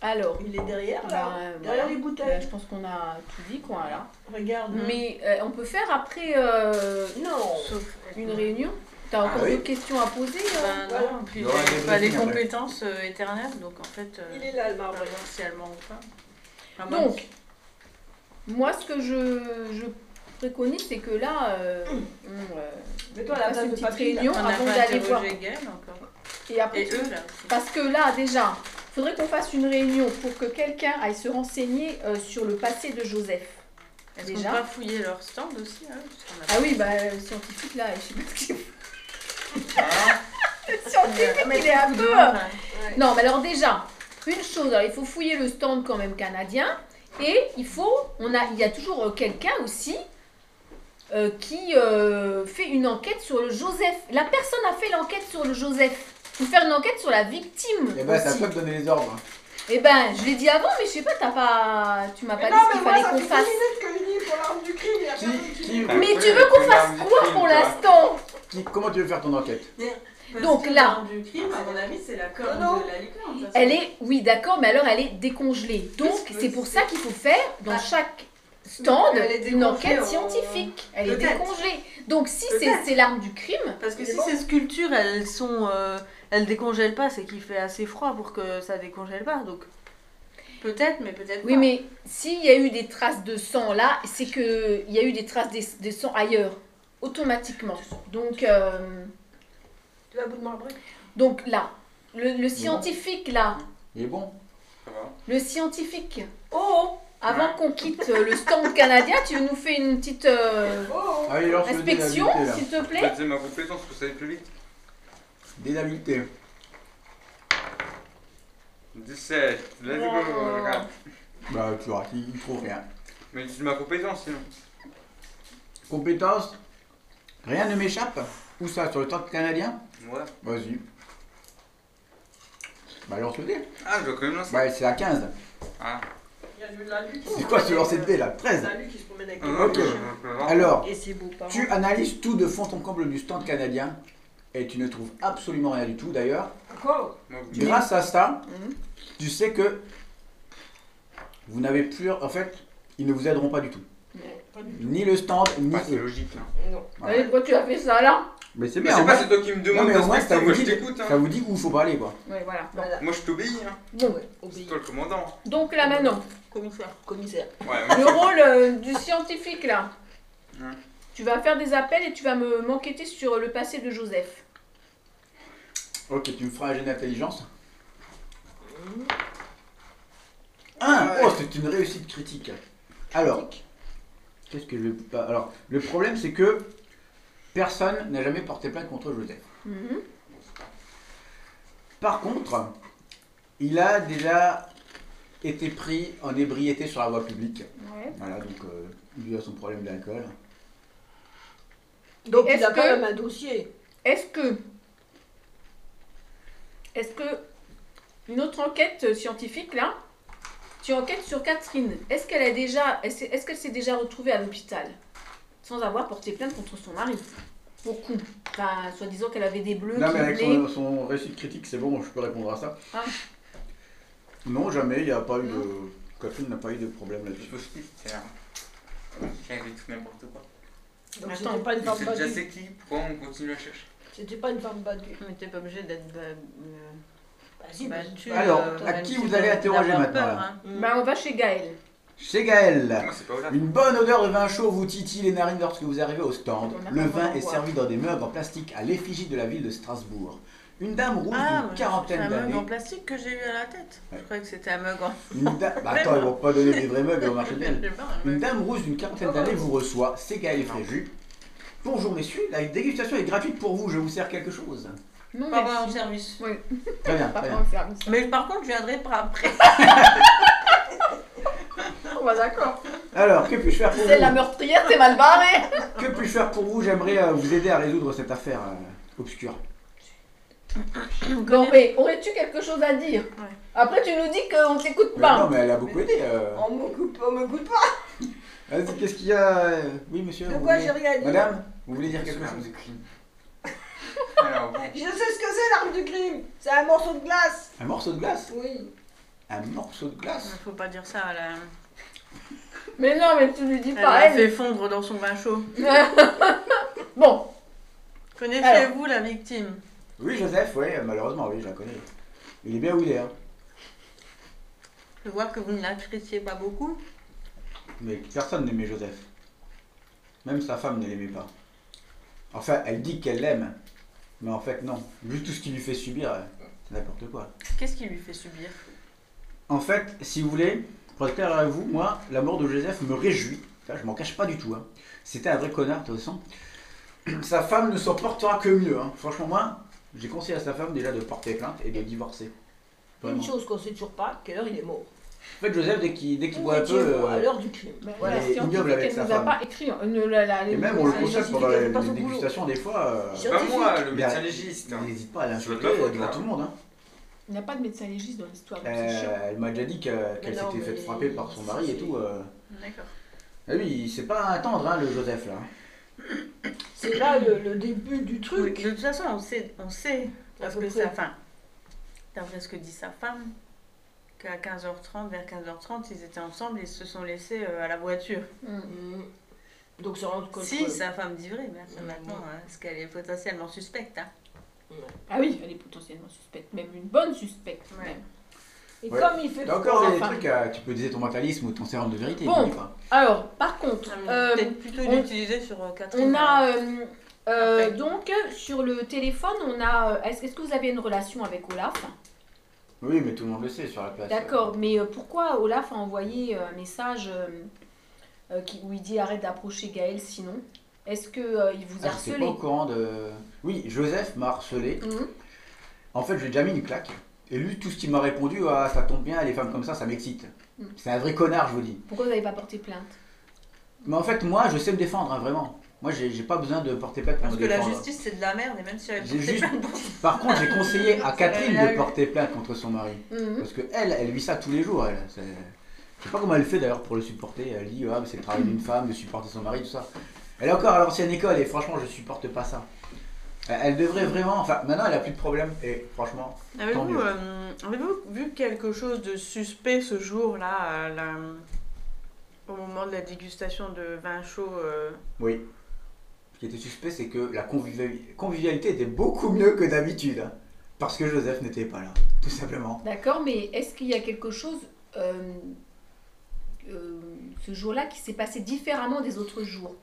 Speaker 5: Alors,
Speaker 3: Il est derrière
Speaker 5: Bah,
Speaker 3: là.
Speaker 5: euh,
Speaker 3: Derrière
Speaker 5: voilà.
Speaker 3: les
Speaker 5: euh,
Speaker 3: bouteilles.
Speaker 5: je pense qu'on a tout dit, quoi, là.
Speaker 3: Regarde.
Speaker 2: Mhm.
Speaker 5: Mais euh, on peut faire après euh,
Speaker 3: Non.
Speaker 2: Sauf
Speaker 5: une réunion T'as
Speaker 4: Ah
Speaker 5: encore
Speaker 4: oui.
Speaker 5: d'autres questions à poser euh
Speaker 2: Ben
Speaker 3: Voilà.
Speaker 2: non, puis
Speaker 4: Il y aura
Speaker 2: j'ai
Speaker 4: des
Speaker 2: pas des
Speaker 4: briefings après.
Speaker 2: compétences euh, éternelles, donc en fait, euh,
Speaker 3: Il est là le
Speaker 2: pas
Speaker 3: marbre.
Speaker 2: voir si allemand ou pas. Enfin, moi,
Speaker 5: Donc, moi, ce que je, je préconise, c'est que là, euh, on, euh,
Speaker 3: Mets-toi à la
Speaker 5: Fasse
Speaker 3: place
Speaker 5: une
Speaker 3: de
Speaker 5: petite
Speaker 3: papy. là.
Speaker 5: réunion.
Speaker 2: on n'a
Speaker 5: avant
Speaker 2: pas
Speaker 5: d'aller voir.
Speaker 2: interrogé Gaël encore.
Speaker 5: et après,
Speaker 2: Et
Speaker 5: tu-
Speaker 2: eux là.
Speaker 5: Parce que là, déjà, faudrait qu'on fasse une réunion pour que quelqu'un aille se renseigner euh, sur le passé de Joseph.
Speaker 2: Est-ce qu'on
Speaker 5: déjà.
Speaker 2: pas fouiller leur stand aussi hein, parce qu'on a-
Speaker 5: euh, Ah oui, bah, le scientifique, là, je sais pas ce qu'il *laughs* scientifique,
Speaker 2: Mais
Speaker 5: il est un
Speaker 2: tout
Speaker 5: peu.
Speaker 2: le monde, ouais.
Speaker 5: Non, mais alors déjà, une chose, alors il faut fouiller le stand quand même canadien. Et il faut, on a, il y a toujours euh, quelqu'un aussi euh, qui euh, fait une enquête sur le Joseph. La personne a fait l'enquête sur le Joseph. Faut faire une enquête sur la victime.
Speaker 4: Et bah, ça
Speaker 5: aussi.
Speaker 4: peut me donner les ordres.
Speaker 5: Eh ben, je l'ai dit avant, mais je sais pas, t'as pas, tu m'as
Speaker 3: Mais
Speaker 5: pas
Speaker 3: Eh non,
Speaker 5: dit ce
Speaker 3: mais
Speaker 5: qu'il
Speaker 3: moi, ça
Speaker 5: fallait
Speaker 3: fait
Speaker 5: qu'on
Speaker 3: 10 minutes que
Speaker 5: fasse.
Speaker 3: je dis pour l'arme du crime. et après,
Speaker 4: Qui,
Speaker 3: tu-
Speaker 4: qui,
Speaker 5: Mais
Speaker 6: Ouais,
Speaker 5: tu veux qu'on
Speaker 6: c'est
Speaker 5: fasse
Speaker 6: l'arme du
Speaker 5: quoi
Speaker 6: crime,
Speaker 5: pour
Speaker 6: toi.
Speaker 5: l'instant
Speaker 4: qui- comment tu veux faire ton enquête
Speaker 7: Parce
Speaker 5: Donc
Speaker 7: que
Speaker 5: là-
Speaker 7: l'arme du crime, à mon avis, c'est la corde
Speaker 3: Non, non.
Speaker 7: de la licorne. de toute façon.
Speaker 5: Elle est, oui, d'accord, mais alors elle est décongelée. Donc,
Speaker 7: Qu'est-ce que
Speaker 5: c'est pour ça qu'il faut faire dans
Speaker 7: Ah.
Speaker 5: chaque stand
Speaker 7: Mais elle est
Speaker 5: une enquête
Speaker 7: décongelée en-
Speaker 5: scientifique. Elle est
Speaker 7: Peut-être.
Speaker 5: décongelée. Donc, si c'est-
Speaker 2: Peut-être.
Speaker 5: c'est l'arme du crime,
Speaker 2: Parce que
Speaker 5: Mais
Speaker 2: si
Speaker 5: bon.
Speaker 2: ces sculptures, elles sont, euh, elles décongèlent pas, c'est qu'il fait assez froid pour que ça décongèle pas, donc peut-être, mais peut-être
Speaker 5: oui,
Speaker 2: pas.
Speaker 5: mais s'il y a eu des traces de sang là, c'est qu'il y a eu des traces de, de sang ailleurs, automatiquement. Donc, euh,
Speaker 3: Tu vas bout de marbre.
Speaker 5: donc là, le, le scientifique là,
Speaker 4: Il est bon.
Speaker 6: Ça va
Speaker 5: le scientifique,
Speaker 3: Oh,
Speaker 5: avant qu'on quitte euh, le stand canadien, tu nous fais une petite euh,
Speaker 3: oh, oh.
Speaker 4: Ah, il lance le dé
Speaker 5: inspection,
Speaker 4: d'habileté, là.
Speaker 5: s'il te
Speaker 6: La
Speaker 5: plaît
Speaker 6: deuxième à compétence, parce que ça va être plus vite.
Speaker 4: Dé d'habileté.
Speaker 6: 17, let's go,
Speaker 5: Wow.
Speaker 6: regarde.
Speaker 4: Bah, tu vois, il, il trouve rien.
Speaker 6: Mais c'est ma compétence sinon.
Speaker 4: Compétence Rien ne m'échappe Où ça Sur le temps canadien
Speaker 6: Ouais.
Speaker 4: Vas-y. Bah, lance le dé.
Speaker 6: Ah, je dois quand même lancer.
Speaker 4: Bah, c'est à 15.
Speaker 6: Ah,
Speaker 3: Il y a du l'alu qui se
Speaker 4: C'est quoi ce
Speaker 3: promène
Speaker 4: lancer de
Speaker 3: avec,
Speaker 4: dé là
Speaker 3: euh,
Speaker 4: 13
Speaker 3: l'alu qui se promène avec les
Speaker 6: Ah,
Speaker 4: Ok.
Speaker 6: je peux voir.
Speaker 4: Alors,
Speaker 3: mains. Et ses beaux-parents.
Speaker 4: tu analyses tout de fond en comble du stand canadien et tu ne trouves absolument rien du tout d'ailleurs.
Speaker 3: Encore
Speaker 6: Moi, vous-
Speaker 4: Grâce à ça,
Speaker 5: Mhm.
Speaker 4: tu sais que vous n'avez plus. En fait, ils ne vous aideront pas du tout. Ni le stand, ni
Speaker 6: Bah, c'est
Speaker 4: eux.
Speaker 6: logique. Hein.
Speaker 7: Non.
Speaker 4: Voilà.
Speaker 5: Allez, pourquoi tu as fait ça là
Speaker 4: Mais c'est
Speaker 6: Mais
Speaker 4: bien. hein.
Speaker 6: c'est
Speaker 4: au
Speaker 6: pas,
Speaker 4: moins-
Speaker 6: c'est toi qui me
Speaker 4: Non,
Speaker 6: demande
Speaker 4: mais au moins, ça
Speaker 6: d'inspecter,
Speaker 4: vous,
Speaker 6: moi je
Speaker 4: dit,
Speaker 6: t'écoute.
Speaker 4: ça
Speaker 6: Hein.
Speaker 4: vous dit où faut pas aller quoi.
Speaker 5: Ouais, voilà. Bon.
Speaker 6: Moi je t'obéis, hein.
Speaker 5: Bon,
Speaker 6: c'est
Speaker 7: Obéi.
Speaker 6: toi le commandant.
Speaker 5: donc là maintenant,
Speaker 3: Commissaire. Commissaire.
Speaker 6: Ouais,
Speaker 5: le rôle euh, du scientifique là.
Speaker 6: Ouais.
Speaker 5: Tu vas faire des appels et tu vas me m'enquêter sur le passé de Joseph.
Speaker 4: Ok, tu me feras un jet d'intelligence. Un Oh, c'est une réussite critique. Alors, qu'est-ce que je vais. pas- Alors, le problème c'est que personne n'a jamais porté plainte contre Joseph.
Speaker 5: Mhm.
Speaker 4: Par contre, il a déjà été pris en ébriété sur la voie publique.
Speaker 5: Ouais.
Speaker 4: Voilà, donc euh, lui a son problème d'alcool.
Speaker 3: Donc il
Speaker 5: Est-ce
Speaker 3: a
Speaker 5: que-
Speaker 3: quand même un dossier.
Speaker 5: Est-ce que. Est-ce que. Une autre enquête scientifique là Tu enquêtes sur Catherine. Est-ce qu'elle a déjà. Est-ce est-ce qu'elle s'est déjà retrouvée à l'hôpital Sans avoir porté plainte contre son mari Pour coup. Enfin, soi-disant qu'elle avait des bleus.
Speaker 4: Non,
Speaker 5: qui
Speaker 4: mais avec
Speaker 5: venaient.
Speaker 4: son, son récit critique, c'est bon, je peux répondre à ça.
Speaker 5: Ah.
Speaker 4: Non, jamais, il n'y a pas eu de. Catherine n'a pas eu de problème
Speaker 6: Je
Speaker 4: là-dessus.
Speaker 6: peux skip, c'est là. J'ai tout n'importe quoi.
Speaker 3: Donc
Speaker 5: Attends,
Speaker 3: c'était pas une
Speaker 6: Je
Speaker 3: femme
Speaker 6: sais déjà
Speaker 3: battue.
Speaker 6: c'est qui, pourquoi on continue à chercher
Speaker 3: C'était pas une femme battue.
Speaker 2: Mais t'es pas obligé d'être ba- euh,
Speaker 3: Bah si, bah,
Speaker 2: battu.
Speaker 4: Alors,
Speaker 2: euh,
Speaker 4: à
Speaker 2: même
Speaker 4: qui
Speaker 2: si
Speaker 4: vous
Speaker 2: t'as
Speaker 4: allez
Speaker 2: envie
Speaker 4: interroger
Speaker 2: d'avoir
Speaker 4: maintenant,
Speaker 2: peur,
Speaker 4: là
Speaker 2: hein.
Speaker 3: Mm.
Speaker 5: Bah, on va chez Gaël.
Speaker 4: Chez Gaël
Speaker 6: Ah, Moi c'est pas grave.
Speaker 4: Une bonne odeur de vin chaud vous titille les narines lorsque vous arrivez au stand.
Speaker 5: On a
Speaker 4: Le
Speaker 5: pas
Speaker 4: vin
Speaker 5: vraiment
Speaker 4: est
Speaker 5: boire.
Speaker 4: servi dans des mugs en plastique à l'effigie de la ville de Strasbourg. Une dame rouge
Speaker 2: Ah,
Speaker 4: d'une
Speaker 2: ouais,
Speaker 4: quarantaine
Speaker 2: C'est un mug
Speaker 4: d'années.
Speaker 2: en plastique que j'ai eu à la tête.
Speaker 4: Ouais.
Speaker 2: Je croyais que c'était un mug en.
Speaker 4: Une
Speaker 2: *laughs*
Speaker 4: dame... Bah attends, ils vont pas donner des vrais mugs au marché de Noël.
Speaker 2: Je sais pas, un
Speaker 4: Une
Speaker 2: mug.
Speaker 4: dame rouge d'une quarantaine d'années vous reçoit, c'est Gaël Fréjus. Bonjour messieurs, la dégustation est gratuite pour vous, je vous sers quelque chose.
Speaker 5: Non,
Speaker 2: Pas
Speaker 5: merci.
Speaker 2: vraiment en service.
Speaker 4: Très bien,
Speaker 5: Pas
Speaker 4: très bien.
Speaker 5: vraiment service.
Speaker 2: Mais par contre, je viendrai par après.
Speaker 5: d'accord.
Speaker 4: Alors, que puis-je faire pour
Speaker 5: C'est la
Speaker 4: vous
Speaker 5: meurtrière, t'es mal barré.
Speaker 4: Que puis-je faire pour vous J'aimerais euh, vous aider à résoudre cette affaire euh, obscure.
Speaker 5: Bon, mais aurais-tu quelque chose à dire
Speaker 2: Ouais.
Speaker 5: Après, tu nous dis qu'on t'écoute
Speaker 4: Mais
Speaker 5: pas.
Speaker 3: Bah,
Speaker 4: non, mais elle a beaucoup aidé. euh.
Speaker 7: On me coupe, on me coupe pas.
Speaker 4: Vas-y, qu'est-ce qu'il y a euh, Oui, monsieur.
Speaker 3: De
Speaker 4: vous
Speaker 3: quoi
Speaker 4: voulez-
Speaker 3: j'ai rien dit
Speaker 4: Madame, vous voulez dire
Speaker 6: C'est
Speaker 4: quelque
Speaker 6: l'arme
Speaker 4: chose
Speaker 6: du crime. *laughs* Alors bon.
Speaker 3: Je sais ce que c'est l'arme du crime C'est un morceau de glace
Speaker 4: Un morceau de glace
Speaker 3: Oui.
Speaker 4: Un morceau de glace
Speaker 2: Faut pas dire ça, elle a,
Speaker 5: Mais non, mais tu lui dis
Speaker 2: elle
Speaker 5: pas,
Speaker 2: l'a
Speaker 5: elle.
Speaker 2: fait fondre dans son vin chaud.
Speaker 5: bon,
Speaker 2: Connaissez-vous la victime
Speaker 4: Oui, Joseph, oui, euh, malheureusement, oui, je la connais. Il est bien où il est, hein.
Speaker 2: Je vois que vous ne l'appréciez pas beaucoup.
Speaker 4: Mais personne n'aimait Joseph. Même sa femme ne l'aimait pas. Enfin, elle dit qu'elle l'aime. Mais en fait, non. Vu tout ce qu'il lui fait subir, euh, c'est n'importe quoi.
Speaker 2: Qu'est-ce qui lui fait subir
Speaker 4: En fait, si vous voulez, pour être clair avec vous, moi, la mort de Joseph me réjouit. Là, je m'en cache pas du tout. hein. *clears throat* C'était un vrai connard, de toute façon. Sa femme ne s'en portera que mieux. hein. Franchement, moi, J'ai conseillé à sa femme déjà de porter plainte et de divorcer. Vraiment.
Speaker 3: Une chose qu'on sait toujours pas, quelle heure il est mort.
Speaker 4: En fait, Joseph, dès qu'il dès qu'il
Speaker 3: Où
Speaker 4: boit un peu.
Speaker 3: étiez-vous à
Speaker 4: euh,
Speaker 3: l'heure du crime
Speaker 5: Bah,
Speaker 4: Voilà.
Speaker 5: la
Speaker 4: Il est
Speaker 5: scientifique,
Speaker 4: ignoble avec
Speaker 5: elle
Speaker 4: sa
Speaker 5: nous a
Speaker 4: femme.
Speaker 5: pas écrit. euh, ne- la- la-
Speaker 4: Et même, on le
Speaker 3: Ah,
Speaker 4: conseille
Speaker 3: les
Speaker 4: pendant les,
Speaker 3: scientifiques,
Speaker 4: les
Speaker 3: ils font pas son
Speaker 4: dégustations, des fois.
Speaker 3: Sur-
Speaker 4: euh,
Speaker 6: Pas moi, le
Speaker 4: il a-
Speaker 6: médecin légiste.
Speaker 4: il
Speaker 6: hein.
Speaker 4: N'hésite pas à
Speaker 6: Je veux
Speaker 4: l'insulter
Speaker 6: pas foutre,
Speaker 4: devant
Speaker 6: là.
Speaker 4: tout le monde. Hein.
Speaker 5: Il n'y a pas de médecin légiste dans l'histoire. donc c'est chiant.
Speaker 4: Euh, elle m'a déjà dit que- qu'elle
Speaker 3: Mais non,
Speaker 4: s'était faite
Speaker 3: mais-
Speaker 4: frapper par son mari et tout. euh.
Speaker 2: D'accord.
Speaker 4: Ah oui, il sait pas attendre, hein, le Joseph, là.
Speaker 3: C'est là le, le début du
Speaker 2: Oui,
Speaker 3: truc.
Speaker 2: de toute façon, on sait, on sait
Speaker 3: À
Speaker 2: parce
Speaker 3: peu
Speaker 2: que
Speaker 3: près.
Speaker 2: sa femme, d'après ce que dit sa femme, qu'à 15h30, vers 15h30, ils étaient ensemble et ils se sont laissés euh, à la voiture.
Speaker 5: Mm.
Speaker 3: Mm. Donc ça rentre contre.
Speaker 2: Si sa femme dit vrai, mais après,
Speaker 3: Mm.
Speaker 2: maintenant, hein, parce qu'elle est potentiellement suspecte. hein.
Speaker 5: Ah oui, elle est potentiellement suspecte, même une bonne suspecte.
Speaker 2: Ouais.
Speaker 5: même.
Speaker 3: Et
Speaker 4: Ouais.
Speaker 3: comme il fait
Speaker 4: T'as encore des
Speaker 5: Enfin.
Speaker 4: trucs, euh, tu peux utiliser ton mentalisme ou ton sérum de vérité. hein.
Speaker 5: Bon.
Speaker 4: n'oublie pas.
Speaker 5: Alors, par contre,
Speaker 2: Ah, mais
Speaker 5: euh,
Speaker 2: Peut-être plutôt
Speaker 5: on-
Speaker 2: l'utiliser sur euh, Catherine.
Speaker 5: on a euh, euh,
Speaker 2: Après.
Speaker 5: donc sur le téléphone, on a. euh, Est-ce est-ce que vous avez une relation avec Olaf
Speaker 4: Oui, mais tout le monde le sait sur la place.
Speaker 5: D'accord, mais euh, pourquoi Olaf a envoyé euh, un message euh, euh, qui- où il dit arrête d'approcher Gaël sinon Est-ce que euh, il vous
Speaker 4: Ah, j'étais pas
Speaker 5: a harcelé
Speaker 4: au courant de. Oui, Joseph m'a harcelé.
Speaker 5: Mhm.
Speaker 4: En fait, j'ai déjà mis une claque. Et lui, tout ce qu'il m'a répondu, ah, ça tombe bien, les femmes comme ça, ça m'excite.
Speaker 5: Mhm.
Speaker 4: C'est un vrai connard, je vous dis.
Speaker 5: Pourquoi vous n'avez pas porté plainte
Speaker 4: Mais en fait, moi, je sais me défendre, hein, vraiment. Moi, j'ai j'ai pas besoin de porter plainte pour
Speaker 2: Parce
Speaker 4: me
Speaker 2: que la
Speaker 4: défendre.
Speaker 2: justice, c'est de la merde, et même si elle
Speaker 4: J'ai
Speaker 2: portait
Speaker 4: juste-
Speaker 2: plainte pour ça.
Speaker 4: Par contre, j'ai conseillé à Catherine
Speaker 2: là,
Speaker 4: de
Speaker 2: oui.
Speaker 4: porter plainte contre son mari.
Speaker 5: Mhm.
Speaker 4: Parce que elle, elle vit ça tous les jours. Elle, C'est- je sais pas comment elle fait d'ailleurs pour le supporter. Elle dit, ah, mais c'est le travail d'une femme de supporter son mari, tout ça. Elle est encore à l'ancienne école et franchement, je supporte pas ça. Elle- Elle devrait vraiment. Enfin, maintenant, elle a plus de problème et franchement,
Speaker 2: *laughs*
Speaker 4: Tant
Speaker 2: Avez-vous
Speaker 4: mieux.
Speaker 2: euh, avez-vous vu quelque chose de suspect ce jour-là, à la- au moment de la dégustation de vin chaud euh,
Speaker 4: oui. Ce qui était suspect, c'est que la conviviali- convivialité était beaucoup mieux que d'habitude. hein. parce que Joseph n'était pas là, tout simplement.
Speaker 5: D'accord, mais est-ce qu'il y a quelque chose euh, euh, ce jour-là qui s'est passé différemment des autres jours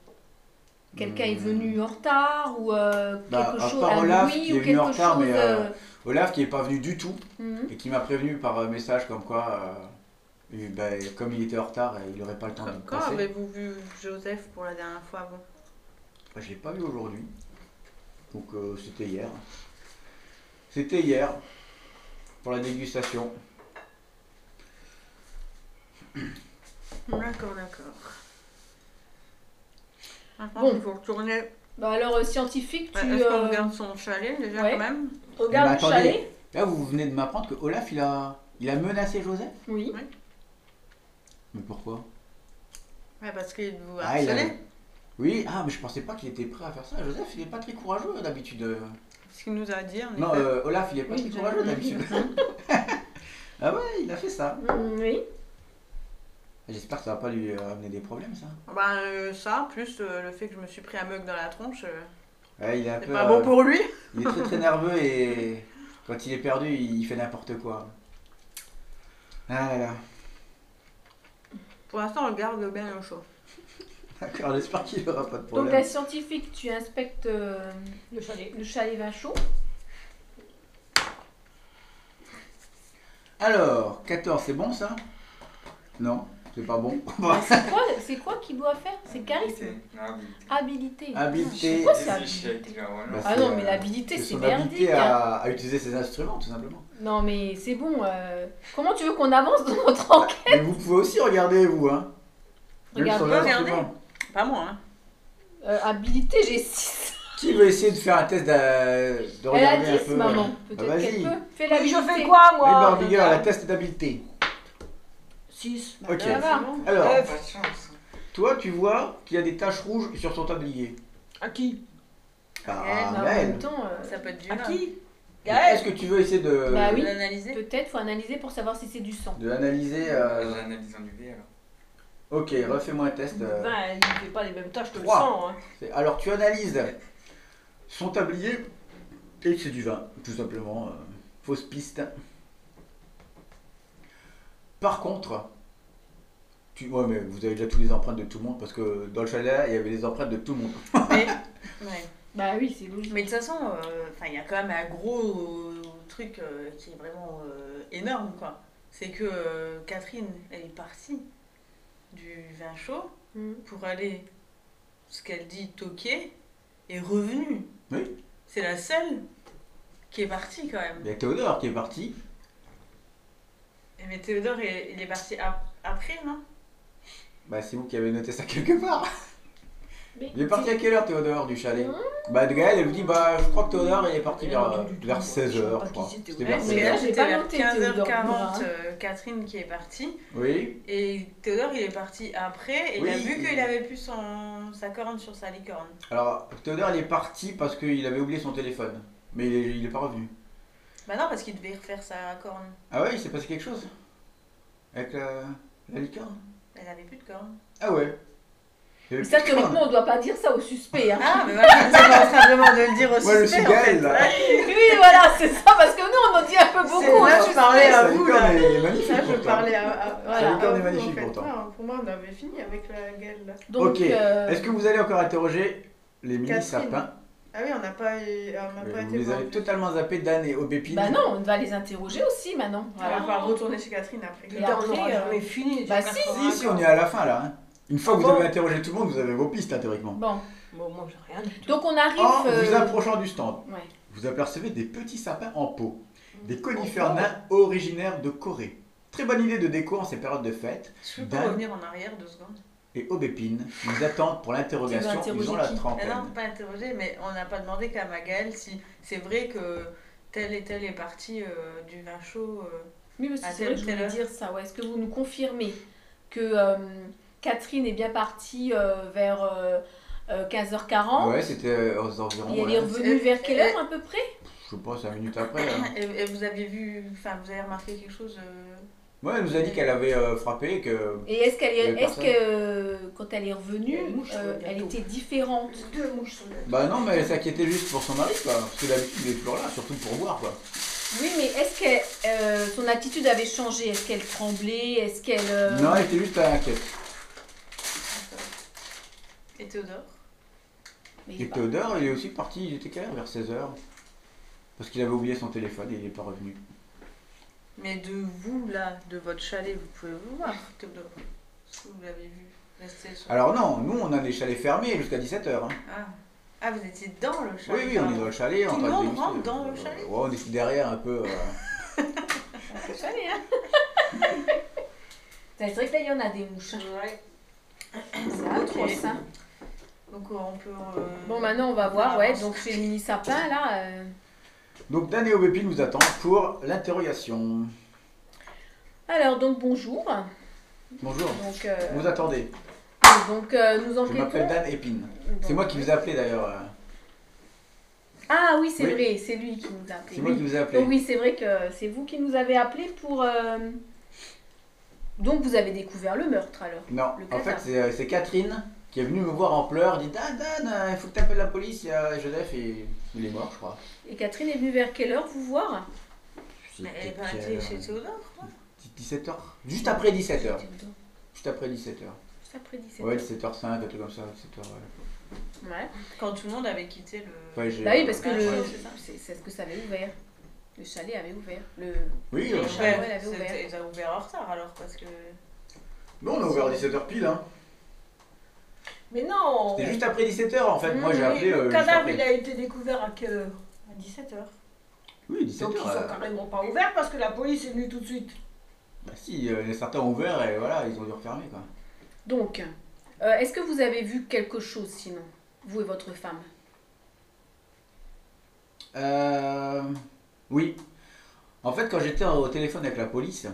Speaker 5: Quelqu'un est
Speaker 4: Hmm.
Speaker 5: venu en retard ou euh, quelque
Speaker 4: Bah, à
Speaker 5: chose
Speaker 4: part
Speaker 5: un
Speaker 4: Olaf
Speaker 5: bruit
Speaker 4: qui est
Speaker 5: ou
Speaker 4: venu
Speaker 5: quelque
Speaker 4: en retard,
Speaker 5: chose
Speaker 4: mais,
Speaker 5: euh,
Speaker 4: Olaf qui est pas venu du tout
Speaker 5: hmm.
Speaker 4: et qui m'a prévenu par euh, message comme quoi, euh, et, bah, comme il était en retard, euh, il aurait pas le temps de
Speaker 2: Quand
Speaker 4: passer.
Speaker 2: avez-vous vu Joseph pour la dernière fois avant
Speaker 4: Bah, Je l'ai pas vu aujourd'hui. Donc euh, c'était hier. C'était hier. Pour la dégustation.
Speaker 2: D'accord, d'accord. Maintenant,
Speaker 5: Bon.
Speaker 2: il faut retourner.
Speaker 5: Bah alors euh, scientifique, tu
Speaker 2: Ouais, Est-ce qu'on
Speaker 5: euh,
Speaker 2: regarde son chalet déjà
Speaker 5: ouais.
Speaker 2: quand même
Speaker 4: Mais Eh
Speaker 5: regardes le
Speaker 4: ben, attendez.
Speaker 5: chalet
Speaker 4: Là vous venez de m'apprendre que Olaf il a. il a menacé Joseph
Speaker 5: Oui.
Speaker 4: Mais pourquoi
Speaker 2: Ouais, parce qu'il vous
Speaker 4: Ah, il a-
Speaker 2: harcelait.
Speaker 4: Oui, ah mais je pensais pas qu'il était prêt à faire ça. Joseph il est pas très courageux euh, d'habitude. euh.
Speaker 2: Ce qu'il nous a dit. en
Speaker 4: Non,
Speaker 2: effet.
Speaker 4: euh, Olaf il est pas
Speaker 5: Oui,
Speaker 4: très
Speaker 5: je-
Speaker 4: courageux d'habitude. *laughs* ah ouais, il a fait ça.
Speaker 5: Hmm, oui.
Speaker 4: J'espère que ça va pas lui euh, amener des problèmes ça.
Speaker 2: Ben, euh, ça, plus euh, le fait que je me suis pris un mug dans la tronche, euh,
Speaker 4: Ouais, il est un
Speaker 2: c'est
Speaker 4: peu,
Speaker 2: pas bon
Speaker 4: euh,
Speaker 2: pour lui.
Speaker 4: Il est très très nerveux et quand il est perdu, il fait n'importe quoi. Ah là là.
Speaker 2: Pour l'instant, on le garde bien au chaud.
Speaker 4: D'accord, j'espère qu'il aura pas de
Speaker 5: Donc
Speaker 4: problème.
Speaker 5: la scientifique, tu inspectes euh,
Speaker 3: le chalet.
Speaker 5: le chalet vin chaud.
Speaker 4: Alors, 14, c'est bon ça Non, c'est pas
Speaker 5: *laughs*
Speaker 4: bon. Bon.
Speaker 5: Bah, C'est quoi, c'est quoi qu'il doit faire C'est charisme,
Speaker 6: Ah,
Speaker 5: habilité.
Speaker 4: Habilité.
Speaker 5: Pourquoi
Speaker 6: des
Speaker 5: ça
Speaker 6: échecs, là, voilà.
Speaker 4: Bah,
Speaker 5: Ah
Speaker 4: c'est,
Speaker 5: non, mais
Speaker 4: euh,
Speaker 5: l'habilité,
Speaker 4: C'est
Speaker 5: c'est
Speaker 4: son
Speaker 5: merdique.
Speaker 4: habilité
Speaker 5: hein.
Speaker 4: à, à utiliser ses instruments, tout simplement.
Speaker 5: Non, mais c'est bon. euh, Comment tu veux qu'on avance dans notre enquête
Speaker 4: Mais vous pouvez aussi regarder, vous, hein. Même
Speaker 5: Regarde,
Speaker 4: sur les
Speaker 2: regardez.
Speaker 4: instruments.
Speaker 2: Pas moi, hein.
Speaker 5: Euh, Habilité, j'ai 6.
Speaker 4: Qui veut essayer de faire un test d'a- de
Speaker 5: Elle a
Speaker 4: regarder un
Speaker 5: 10,
Speaker 4: peu
Speaker 5: maman.
Speaker 4: euh,
Speaker 5: Peut-être
Speaker 4: bah,
Speaker 5: qu'elle
Speaker 4: vas-y.
Speaker 5: peut. Fais
Speaker 3: Mais je
Speaker 5: l'habilité.
Speaker 3: fais quoi
Speaker 4: Oui, bah,
Speaker 3: moi
Speaker 4: en vigueur, la test d'habilité.
Speaker 3: 6.
Speaker 2: Bah,
Speaker 4: Ok.
Speaker 5: Ça va.
Speaker 4: Alors,
Speaker 5: Euh.
Speaker 6: Ah, Pas de chance.
Speaker 4: toi, tu vois qu'il y a des taches rouges sur son tablier.
Speaker 3: À qui
Speaker 4: Ah,
Speaker 2: Elle,
Speaker 5: Bah, en
Speaker 4: Maëlle.
Speaker 5: même temps, euh,
Speaker 2: Ça peut être dur.
Speaker 3: À
Speaker 2: hein.
Speaker 3: qui
Speaker 4: Est-ce
Speaker 3: Gaël
Speaker 4: que tu veux essayer de,
Speaker 5: Bah oui.
Speaker 2: L'analyser.
Speaker 5: peut-être faut analyser pour savoir si c'est du sang.
Speaker 4: de l'analyser
Speaker 6: Euh,
Speaker 4: euh,
Speaker 6: J'analyse en UV alors.
Speaker 4: Ok, refais-moi un test. euh.
Speaker 3: Ben, il fait pas les mêmes tâches que le
Speaker 4: Trois.
Speaker 3: sang. hein.
Speaker 4: C'est- Alors, tu analyses son tablier et c'est du vin, tout simplement. euh, fausse piste. Par contre, tu... ouais, mais vous avez déjà tous les empreintes de tout le monde parce que dans le chalet, il y avait les empreintes de tout le monde.
Speaker 2: Mais, ouais.
Speaker 5: Bah oui, c'est logique.
Speaker 2: Mais de toute façon, euh, 'fin, il y a quand même un gros euh, truc euh, qui est vraiment euh, énorme, quoi. C'est que euh, Catherine, elle est partie du vin chaud
Speaker 5: Mm.
Speaker 2: pour aller, ce qu'elle dit, toquer, et revenue.
Speaker 4: Oui.
Speaker 2: C'est la seule qui est parti quand même.
Speaker 4: Il y a Théodore qui est parti.
Speaker 2: Mais Théodore, il est, il est parti ap- après, non
Speaker 4: Bah, c'est vous qui avez noté ça *laughs* quelque part.
Speaker 5: Mais
Speaker 4: Il est parti à quelle heure Théodore du chalet Bah, Gaël, elle lui dit Bah, je crois que Théodore il est parti vers, vers 16h, je crois. Ah, C'était vers
Speaker 2: Ouais,
Speaker 5: c'est-
Speaker 4: 16 heures.
Speaker 5: j'ai pas
Speaker 2: vers
Speaker 5: noté Théodore
Speaker 2: 15h40,
Speaker 5: Morin.
Speaker 2: euh, Catherine qui est partie.
Speaker 4: Oui,
Speaker 2: Et Théodore, il est parti après. Et il a
Speaker 4: Oui.
Speaker 2: vu qu'il avait plus son, sa corne sur sa licorne.
Speaker 4: alors Théodore il est parti parce qu'il avait oublié son téléphone. Mais il est, il est pas revenu.
Speaker 2: Bah non, parce qu'il devait refaire sa corne.
Speaker 4: Ah ouais, il s'est passé quelque chose Avec la, la licorne
Speaker 2: Elle avait plus de corne.
Speaker 4: Ah ouais. Il y avait
Speaker 5: Mais ça,
Speaker 4: plus de corne.
Speaker 5: théoriquement, on doit pas dire ça aux suspects. hein.
Speaker 2: *laughs* Ah, mais voilà, j'étais en train vraiment de le dire aussi.
Speaker 4: Ouais, le cigale, là.
Speaker 5: Oui, voilà, c'est ça, parce que nous, on en dit un peu beaucoup.
Speaker 2: là que
Speaker 5: aux
Speaker 2: je hein, parlais
Speaker 5: suspects.
Speaker 2: à
Speaker 4: Sa
Speaker 2: vous,
Speaker 4: licorne
Speaker 2: là.
Speaker 4: est magnifique.
Speaker 2: Ça, je
Speaker 5: hein.
Speaker 4: pourtant.
Speaker 2: parlais à. à-
Speaker 5: Voilà.
Speaker 4: La licorne est
Speaker 2: à vous, en
Speaker 4: magnifique
Speaker 2: fait.
Speaker 4: pourtant.
Speaker 2: Non, Pour moi, on avait fini avec la gueule là.
Speaker 5: Donc,
Speaker 4: Ok.
Speaker 5: euh,
Speaker 4: Est-ce que vous allez encore interroger les mini
Speaker 2: Catherine.
Speaker 4: sapins Euh,
Speaker 2: Ah oui, on n'a pas, eu- on n'a pas
Speaker 4: Vous
Speaker 2: été
Speaker 4: les
Speaker 2: voir.
Speaker 4: avez totalement zappés Dan et Aubépine.
Speaker 5: Bah non, on va les interroger aussi maintenant.
Speaker 2: On va
Speaker 5: Voilà.
Speaker 2: pouvoir retourner chez Catherine après.
Speaker 5: Et après, euh,
Speaker 3: fini.
Speaker 5: bah
Speaker 3: tu
Speaker 5: si,
Speaker 3: perds ton
Speaker 4: Si, si,
Speaker 3: raccord.
Speaker 4: on est à la fin là. hein. Une fois que vous
Speaker 3: Bon.
Speaker 4: avez interrogé tout le monde, vous avez vos pistes hein, théoriquement.
Speaker 5: Bon,
Speaker 3: Bon, moi, j'ai rien dit.
Speaker 5: donc on arrive.
Speaker 4: En
Speaker 5: euh,
Speaker 4: Ah, vous approchant du stand,
Speaker 5: ouais.
Speaker 4: vous apercevez des petits sapins en pot, des
Speaker 5: En
Speaker 4: conifères
Speaker 5: pot.
Speaker 4: nains originaires de Corée. Très bonne idée de déco en ces périodes de fête.
Speaker 2: Je peux pas
Speaker 4: Dan.
Speaker 2: revenir en arrière deux secondes.
Speaker 4: Et Aubépine nous attendent pour l'interrogation.
Speaker 5: Tu veux
Speaker 4: Ils ont
Speaker 5: interroger
Speaker 4: la
Speaker 5: qui
Speaker 2: Mais
Speaker 5: Eh
Speaker 2: Eh non, on peut
Speaker 4: trentaine.
Speaker 2: pas interroger, mais on n'a pas demandé qu'à Magaël si c'est vrai que tel et tel est parti euh, du vin chaud. euh.
Speaker 5: Oui, mais c'est
Speaker 2: À
Speaker 5: c'est
Speaker 2: telle
Speaker 5: vrai que je
Speaker 2: ou
Speaker 5: voulais
Speaker 2: telle
Speaker 5: dire ça. Ouais. Est-ce que vous nous confirmez que euh, Catherine est bien partie euh, vers euh, euh, 15h40
Speaker 4: Ouais, c'était euh, aux environs.
Speaker 5: et elle
Speaker 4: ouais.
Speaker 5: est revenue
Speaker 2: Et-
Speaker 5: vers quelle
Speaker 2: et-
Speaker 5: heure à peu près
Speaker 4: Je sais pas, 5 minutes après.
Speaker 5: *coughs*
Speaker 4: hein.
Speaker 2: Et, et vous aviez vu, enfin, vous avez remarqué quelque chose euh,
Speaker 4: Ouais, elle nous a dit qu'elle avait euh, frappé et que.
Speaker 5: Et est-ce qu'elle
Speaker 4: Il y
Speaker 5: est,
Speaker 4: avait
Speaker 5: est-ce
Speaker 4: personne.
Speaker 5: que euh, quand elle est revenue,
Speaker 3: Il y a une mouche sur le
Speaker 5: euh,
Speaker 3: gâteau.
Speaker 5: elle était différente
Speaker 7: Deux mouches sur le
Speaker 4: Bah non, mais elle s'inquiétait juste pour son mari, quoi. Parce que d'habitude, il est toujours là, surtout pour boire, quoi.
Speaker 5: Oui, mais est-ce que son attitude avait changé Est-ce qu'elle tremblait Est-ce qu'elle euh,
Speaker 4: Non, elle était juste inquiète.
Speaker 2: Et Théodore
Speaker 5: mais
Speaker 4: Et
Speaker 5: bah,
Speaker 4: Théodore, il est aussi parti, il était quelle heure Vers 16h. Parce qu'il avait oublié son téléphone et il n'est pas revenu.
Speaker 2: Mais de vous, là, de votre chalet, vous pouvez vous voir, Théodore. Est-ce que vous l'avez vu rester sur...
Speaker 4: Alors non, nous, on a des chalets fermés jusqu'à hein. 17h.
Speaker 2: ah. Ah, vous étiez dans le
Speaker 4: Oui,
Speaker 2: chalet
Speaker 4: oui, on est dans le chalet.
Speaker 2: Tout
Speaker 4: on
Speaker 2: le
Speaker 4: train de
Speaker 2: monde
Speaker 4: déguster.
Speaker 2: rentre dans le
Speaker 4: Euh,
Speaker 2: chalet
Speaker 4: Ouais, on est derrière un peu. euh,
Speaker 5: c'est jamais, hein. *laughs* C'est vrai que là, il y en a des mouches. hein.
Speaker 2: Ouais.
Speaker 5: C'est atroce, hein.
Speaker 2: Donc euh, on peut... euh,
Speaker 5: Bon, bah, maintenant, on va voir, ouais. Donc, chez le mini sapin, là. euh,
Speaker 4: Donc Dan et Aubépine nous attendent pour l'interrogation.
Speaker 5: Alors, donc, bonjour.
Speaker 4: Bonjour.
Speaker 5: Donc, euh,
Speaker 4: Vous attendez.
Speaker 5: donc euh, nous
Speaker 4: Je m'appelle
Speaker 5: enquêtons.
Speaker 4: Dan Épine.
Speaker 5: Donc-
Speaker 4: C'est moi qui vous ai appelé d'ailleurs. euh,
Speaker 5: Ah oui, c'est
Speaker 4: Oui.
Speaker 5: vrai, c'est lui qui nous a appelé.
Speaker 4: C'est moi
Speaker 5: Oui.
Speaker 4: qui vous ai
Speaker 5: Donc,
Speaker 4: appelé.
Speaker 5: oui, c'est vrai que c'est vous qui nous avez appelé pour. euh, Donc, vous avez découvert le meurtre, alors.
Speaker 4: Non,
Speaker 5: Le
Speaker 4: en fait,
Speaker 5: casard.
Speaker 4: c'est euh, c'est Catherine qui est venue me voir en pleurs. Dit Dan, Dan, euh, il faut que t'appelles la police. Il y a Joseph et il est mort, je crois.
Speaker 5: Et Catherine est venue vers quelle heure vous voir
Speaker 2: Mais elle est partie chez Théodore, quoi.
Speaker 4: 17h Juste après 17h.
Speaker 5: Juste
Speaker 4: Juste après 17h.
Speaker 5: après 17h.
Speaker 4: Ouais, 17h05, un truc comme ça. 17h. Ouais.
Speaker 5: Ouais.
Speaker 2: Quand tout le monde avait quitté le... Ah,
Speaker 4: Ouais, j'ai- euh,
Speaker 5: Bah oui, parce que
Speaker 2: Ouais,
Speaker 5: le...
Speaker 2: c'est ça.
Speaker 5: c'est c'est ce que ça avait ouvert. Le chalet avait ouvert. Le...
Speaker 4: Oui,
Speaker 2: Et
Speaker 4: euh,
Speaker 5: Le
Speaker 2: ouvert,
Speaker 5: chalet avait
Speaker 2: c'était-
Speaker 5: ouvert.
Speaker 2: Ils ont ouvert en retard alors parce que.
Speaker 4: bon, on a ouvert 17h pile. Hein.
Speaker 3: Mais non
Speaker 4: C'était juste après 17h en fait.
Speaker 2: Mmh,
Speaker 4: Moi j'ai appelé. euh,
Speaker 3: Le
Speaker 4: juste
Speaker 3: cadavre,
Speaker 4: après.
Speaker 3: il a été découvert à quelle heure
Speaker 2: À 17h.
Speaker 4: Oui,
Speaker 3: Donc,
Speaker 4: 17h.
Speaker 3: ils sont carrément pas ouverts parce que la police est venue tout de suite.
Speaker 4: Bah si, euh, certains ont ouvert et voilà, ils ont dû refermer quoi.
Speaker 5: Donc, euh, est-ce que vous avez vu quelque chose sinon Vous et votre femme
Speaker 4: Euh. Oui. En fait, quand j'étais au téléphone avec la police,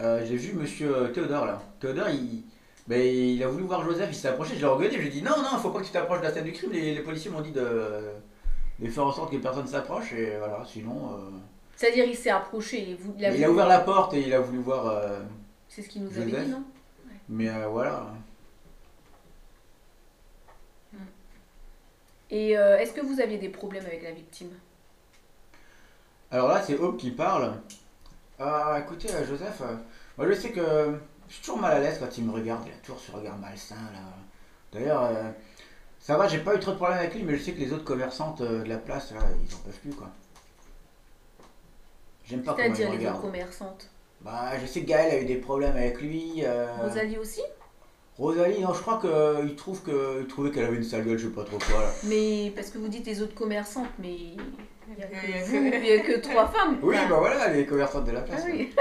Speaker 4: euh, j'ai vu monsieur euh, Théodore là. Théodore, il. ben, il a voulu voir Joseph, il s'est approché, je l'ai regardé, je lui ai dit non, non, faut pas que tu t'approches de la scène du crime, les, les policiers m'ont dit de, de faire en sorte que personne s'approche, et voilà, sinon. euh,
Speaker 5: C'est-à-dire, il s'est approché et vous.
Speaker 4: mais Il a ouvert la porte et il a voulu voir, euh,
Speaker 5: C'est ce qu'il nous avait
Speaker 4: Joseph.
Speaker 5: dit, non
Speaker 4: mais euh, voilà.
Speaker 5: Et euh, est-ce que vous aviez des problèmes avec la victime
Speaker 4: Alors là, c'est Hope qui parle. Ah, écoutez, euh, Joseph, euh, moi je sais que euh, je suis toujours mal à l'aise quand il me regarde, il a toujours ce regard malsain là. D'ailleurs, euh, ça va, j'ai pas eu trop de problème avec lui, mais je sais que les autres commerçantes euh, de la place, là, ils en peuvent plus quoi. J'aime pas comment il
Speaker 5: C'est-à-dire
Speaker 4: me
Speaker 5: les autres
Speaker 4: regarde.
Speaker 5: commerçantes.
Speaker 4: Bah, je sais que Gaël a eu des problèmes avec lui. euh,
Speaker 5: Rosalie aussi
Speaker 4: Rosalie, non, je crois qu'il trouve que, il trouvait qu'elle avait une sale gueule, je sais pas trop quoi. là.
Speaker 5: Mais parce que vous dites les autres commerçantes, mais il
Speaker 7: Il y
Speaker 5: n'y a,
Speaker 7: a que-
Speaker 5: que vous, il y a que trois femmes.
Speaker 4: Oui,
Speaker 5: Enfin,
Speaker 4: bah voilà, les commerçantes de la
Speaker 5: ah
Speaker 4: place.
Speaker 5: oui.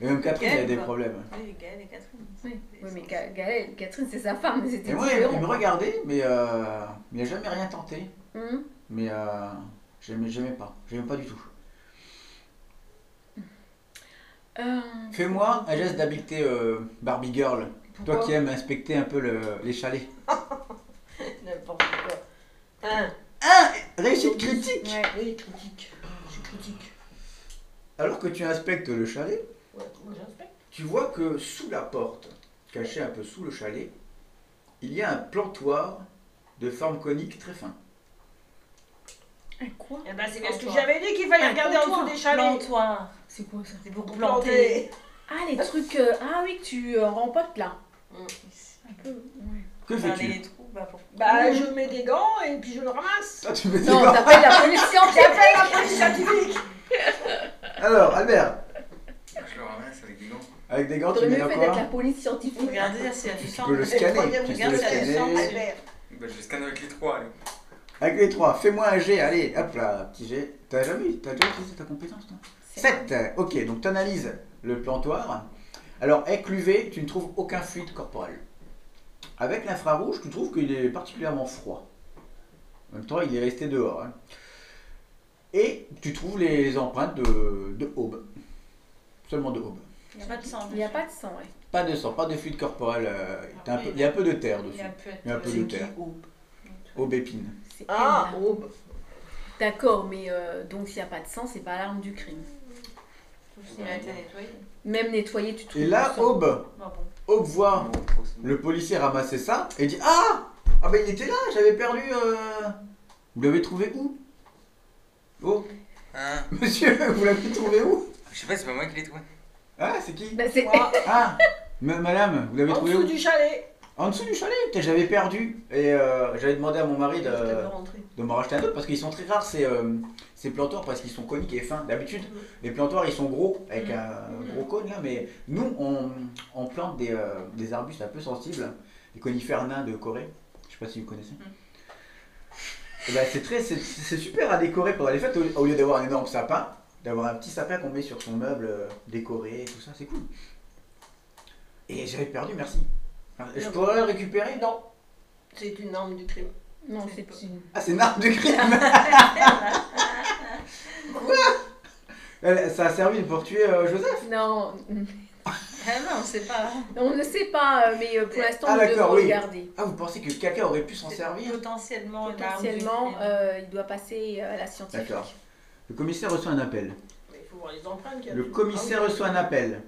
Speaker 4: Mais même Catherine, elle a des
Speaker 7: Quoi.
Speaker 4: problèmes.
Speaker 2: Ah,
Speaker 7: Oui, Gaël et Catherine.
Speaker 5: Oui, oui, mais
Speaker 2: *laughs*
Speaker 5: Ga- Gaëlle, Catherine, c'est sa femme, mais c'était
Speaker 4: Et moi, il
Speaker 5: différent.
Speaker 4: il me regardait, mais euh, il a jamais rien tenté.
Speaker 5: Hum,
Speaker 4: Mais euh, j'aimais, j'aimais pas, j'aimais pas du tout.
Speaker 5: euh,
Speaker 4: Fais-moi un geste d'habileté euh, Barbie Girl, toi qui aimes inspecter un peu le- les chalets.
Speaker 3: N'importe quoi. Hein
Speaker 4: Ah Réussite critique
Speaker 5: ouais.
Speaker 3: Oui, Eh, critique. Je critique.
Speaker 4: Alors que tu inspectes le chalet,
Speaker 3: Ouais, moi j'inspecte.
Speaker 4: tu vois que sous la porte, cachée un peu sous le chalet, il y a un plantoir de forme conique très fin.
Speaker 5: Un quoi
Speaker 3: Eh ben, c'est bien ce que
Speaker 7: Comptoir.
Speaker 3: j'avais dit qu'il fallait
Speaker 5: Un
Speaker 3: regarder en dessous
Speaker 5: comptoir.
Speaker 3: des chalets.
Speaker 2: Plantoir.
Speaker 5: C'est quoi ça
Speaker 2: C'est beaucoup planté.
Speaker 3: Planté.
Speaker 5: Ah, les trucs. euh, ah oui, que tu euh, rempotes là. Un peu. ouais.
Speaker 4: Que
Speaker 2: Regardez
Speaker 4: fais-tu
Speaker 2: les trous, bah, pour-
Speaker 3: Bah, je mets des gants et puis je le ramasse.
Speaker 4: Toi, Ah, tu fais tes
Speaker 5: Non,
Speaker 4: gants.
Speaker 5: t'appelles la police scientifique.
Speaker 3: J'appelle la police scientifique.
Speaker 4: Alors, Albert,
Speaker 6: Je le ramasse avec des gants.
Speaker 4: avec des gants, tu
Speaker 5: Faudrait
Speaker 4: mets
Speaker 5: mieux
Speaker 4: dans
Speaker 5: fait d'être la
Speaker 4: quoi
Speaker 5: police scientifique.
Speaker 2: Regardez, s'il y a du
Speaker 4: Tu
Speaker 2: sang.
Speaker 4: peux le scanner, tu peux
Speaker 2: Regarde,
Speaker 4: le
Speaker 2: ça a du sang,
Speaker 4: scanner.
Speaker 3: Albert.
Speaker 6: Bah, je le scanne avec les trois, allez.
Speaker 4: Avec les trois, fais-moi un jet, allez, hop là, petit jet. T'as jamais, t'as déjà utilisé ta compétence, toi 7 Ok, donc t'analyses le plantoir. Alors, écluvé, tu ne trouves aucun fluide corporel. Avec l'infrarouge, tu trouves qu'il est particulièrement froid. En même temps, il est resté dehors. hein. Et tu trouves les empreintes de, de aube. Seulement de aube.
Speaker 2: Il n'y a pas de sang.
Speaker 5: Il n'y a pas de sang, ouais.
Speaker 4: Pas de sang, pas de fluide corporel. euh, t'as un peu- il y a un peu de terre dessus. Il y a un peu de terre. Aubépine.
Speaker 5: C'est
Speaker 3: Ah,
Speaker 5: elle, là.
Speaker 3: oh, bah,
Speaker 5: D'accord, mais euh, donc s'il n'y a pas de sang, c'est pas l'arme du crime.
Speaker 7: Il a été nettoyé.
Speaker 5: Même nettoyé, tu trouves.
Speaker 4: Et
Speaker 5: le
Speaker 4: là, oh.
Speaker 5: sang.
Speaker 4: aube,
Speaker 7: Bah bon.
Speaker 4: aube voit
Speaker 6: Non, trop, c'est bon.
Speaker 4: Le policier ramassait ça et dit Ah Ah ben il était là, j'avais perdu. euh, Vous l'avez trouvé où *laughs* Oh,
Speaker 6: Hein
Speaker 4: monsieur, vous l'avez trouvé où
Speaker 6: Je sais pas, c'est pas moi qui l'ai trouvé.
Speaker 4: Ah, c'est qui
Speaker 5: Bah, c'est-
Speaker 3: moi,
Speaker 4: Ah ma- Madame, vous l'avez
Speaker 3: en
Speaker 4: trouvé
Speaker 3: dessous
Speaker 4: où
Speaker 3: du chalet.
Speaker 4: En dessous du chalet, peut-être j'avais perdu. Et euh, j'avais demandé à mon mari de, de m'en racheter un autre parce qu'ils sont très rares ces, euh, ces plantoirs parce qu'ils sont coniques et fins. D'habitude, les plantoirs ils sont gros avec un gros cône là, mais nous on, on plante des, euh, des arbustes un peu sensibles, les conifères nains de Corée. Je sais pas si vous connaissez. Et ben, c'est très, c'est- c'est super à décorer pendant les fêtes au, au lieu d'avoir un énorme sapin, d'avoir un petit sapin qu'on met sur son meuble euh, décoré et tout ça, c'est cool. Et j'avais perdu, merci. Je pourrais le récupérer
Speaker 3: Non, c'est une arme du crime.
Speaker 5: Non,
Speaker 7: C'est
Speaker 5: c'est
Speaker 7: pas-
Speaker 5: une.
Speaker 4: ah, c'est une arme de crime
Speaker 3: *laughs*
Speaker 4: Quoi Elle- Ça a servi pour tuer euh, Joseph
Speaker 5: Non, *laughs*
Speaker 2: Ah non, c'est pas.
Speaker 5: on ne sait pas, euh, mais euh, pour l'instant,
Speaker 4: Ah,
Speaker 5: nous devons
Speaker 4: d'accord, oui.
Speaker 5: regarder.
Speaker 4: Ah, vous pensez que quelqu'un aurait
Speaker 2: *laughs*
Speaker 4: pu s'en
Speaker 2: C'est
Speaker 4: servir
Speaker 2: Potentiellement, une arme du
Speaker 5: Potentiellement,
Speaker 2: crime.
Speaker 5: euh, il doit passer euh, à la scientifique.
Speaker 4: D'accord. Le commissaire reçoit un appel.
Speaker 3: Mais il faut voir les empreintes qu'il y a
Speaker 4: Le
Speaker 3: dessus.
Speaker 4: commissaire
Speaker 3: Ah oui.
Speaker 4: reçoit un appel.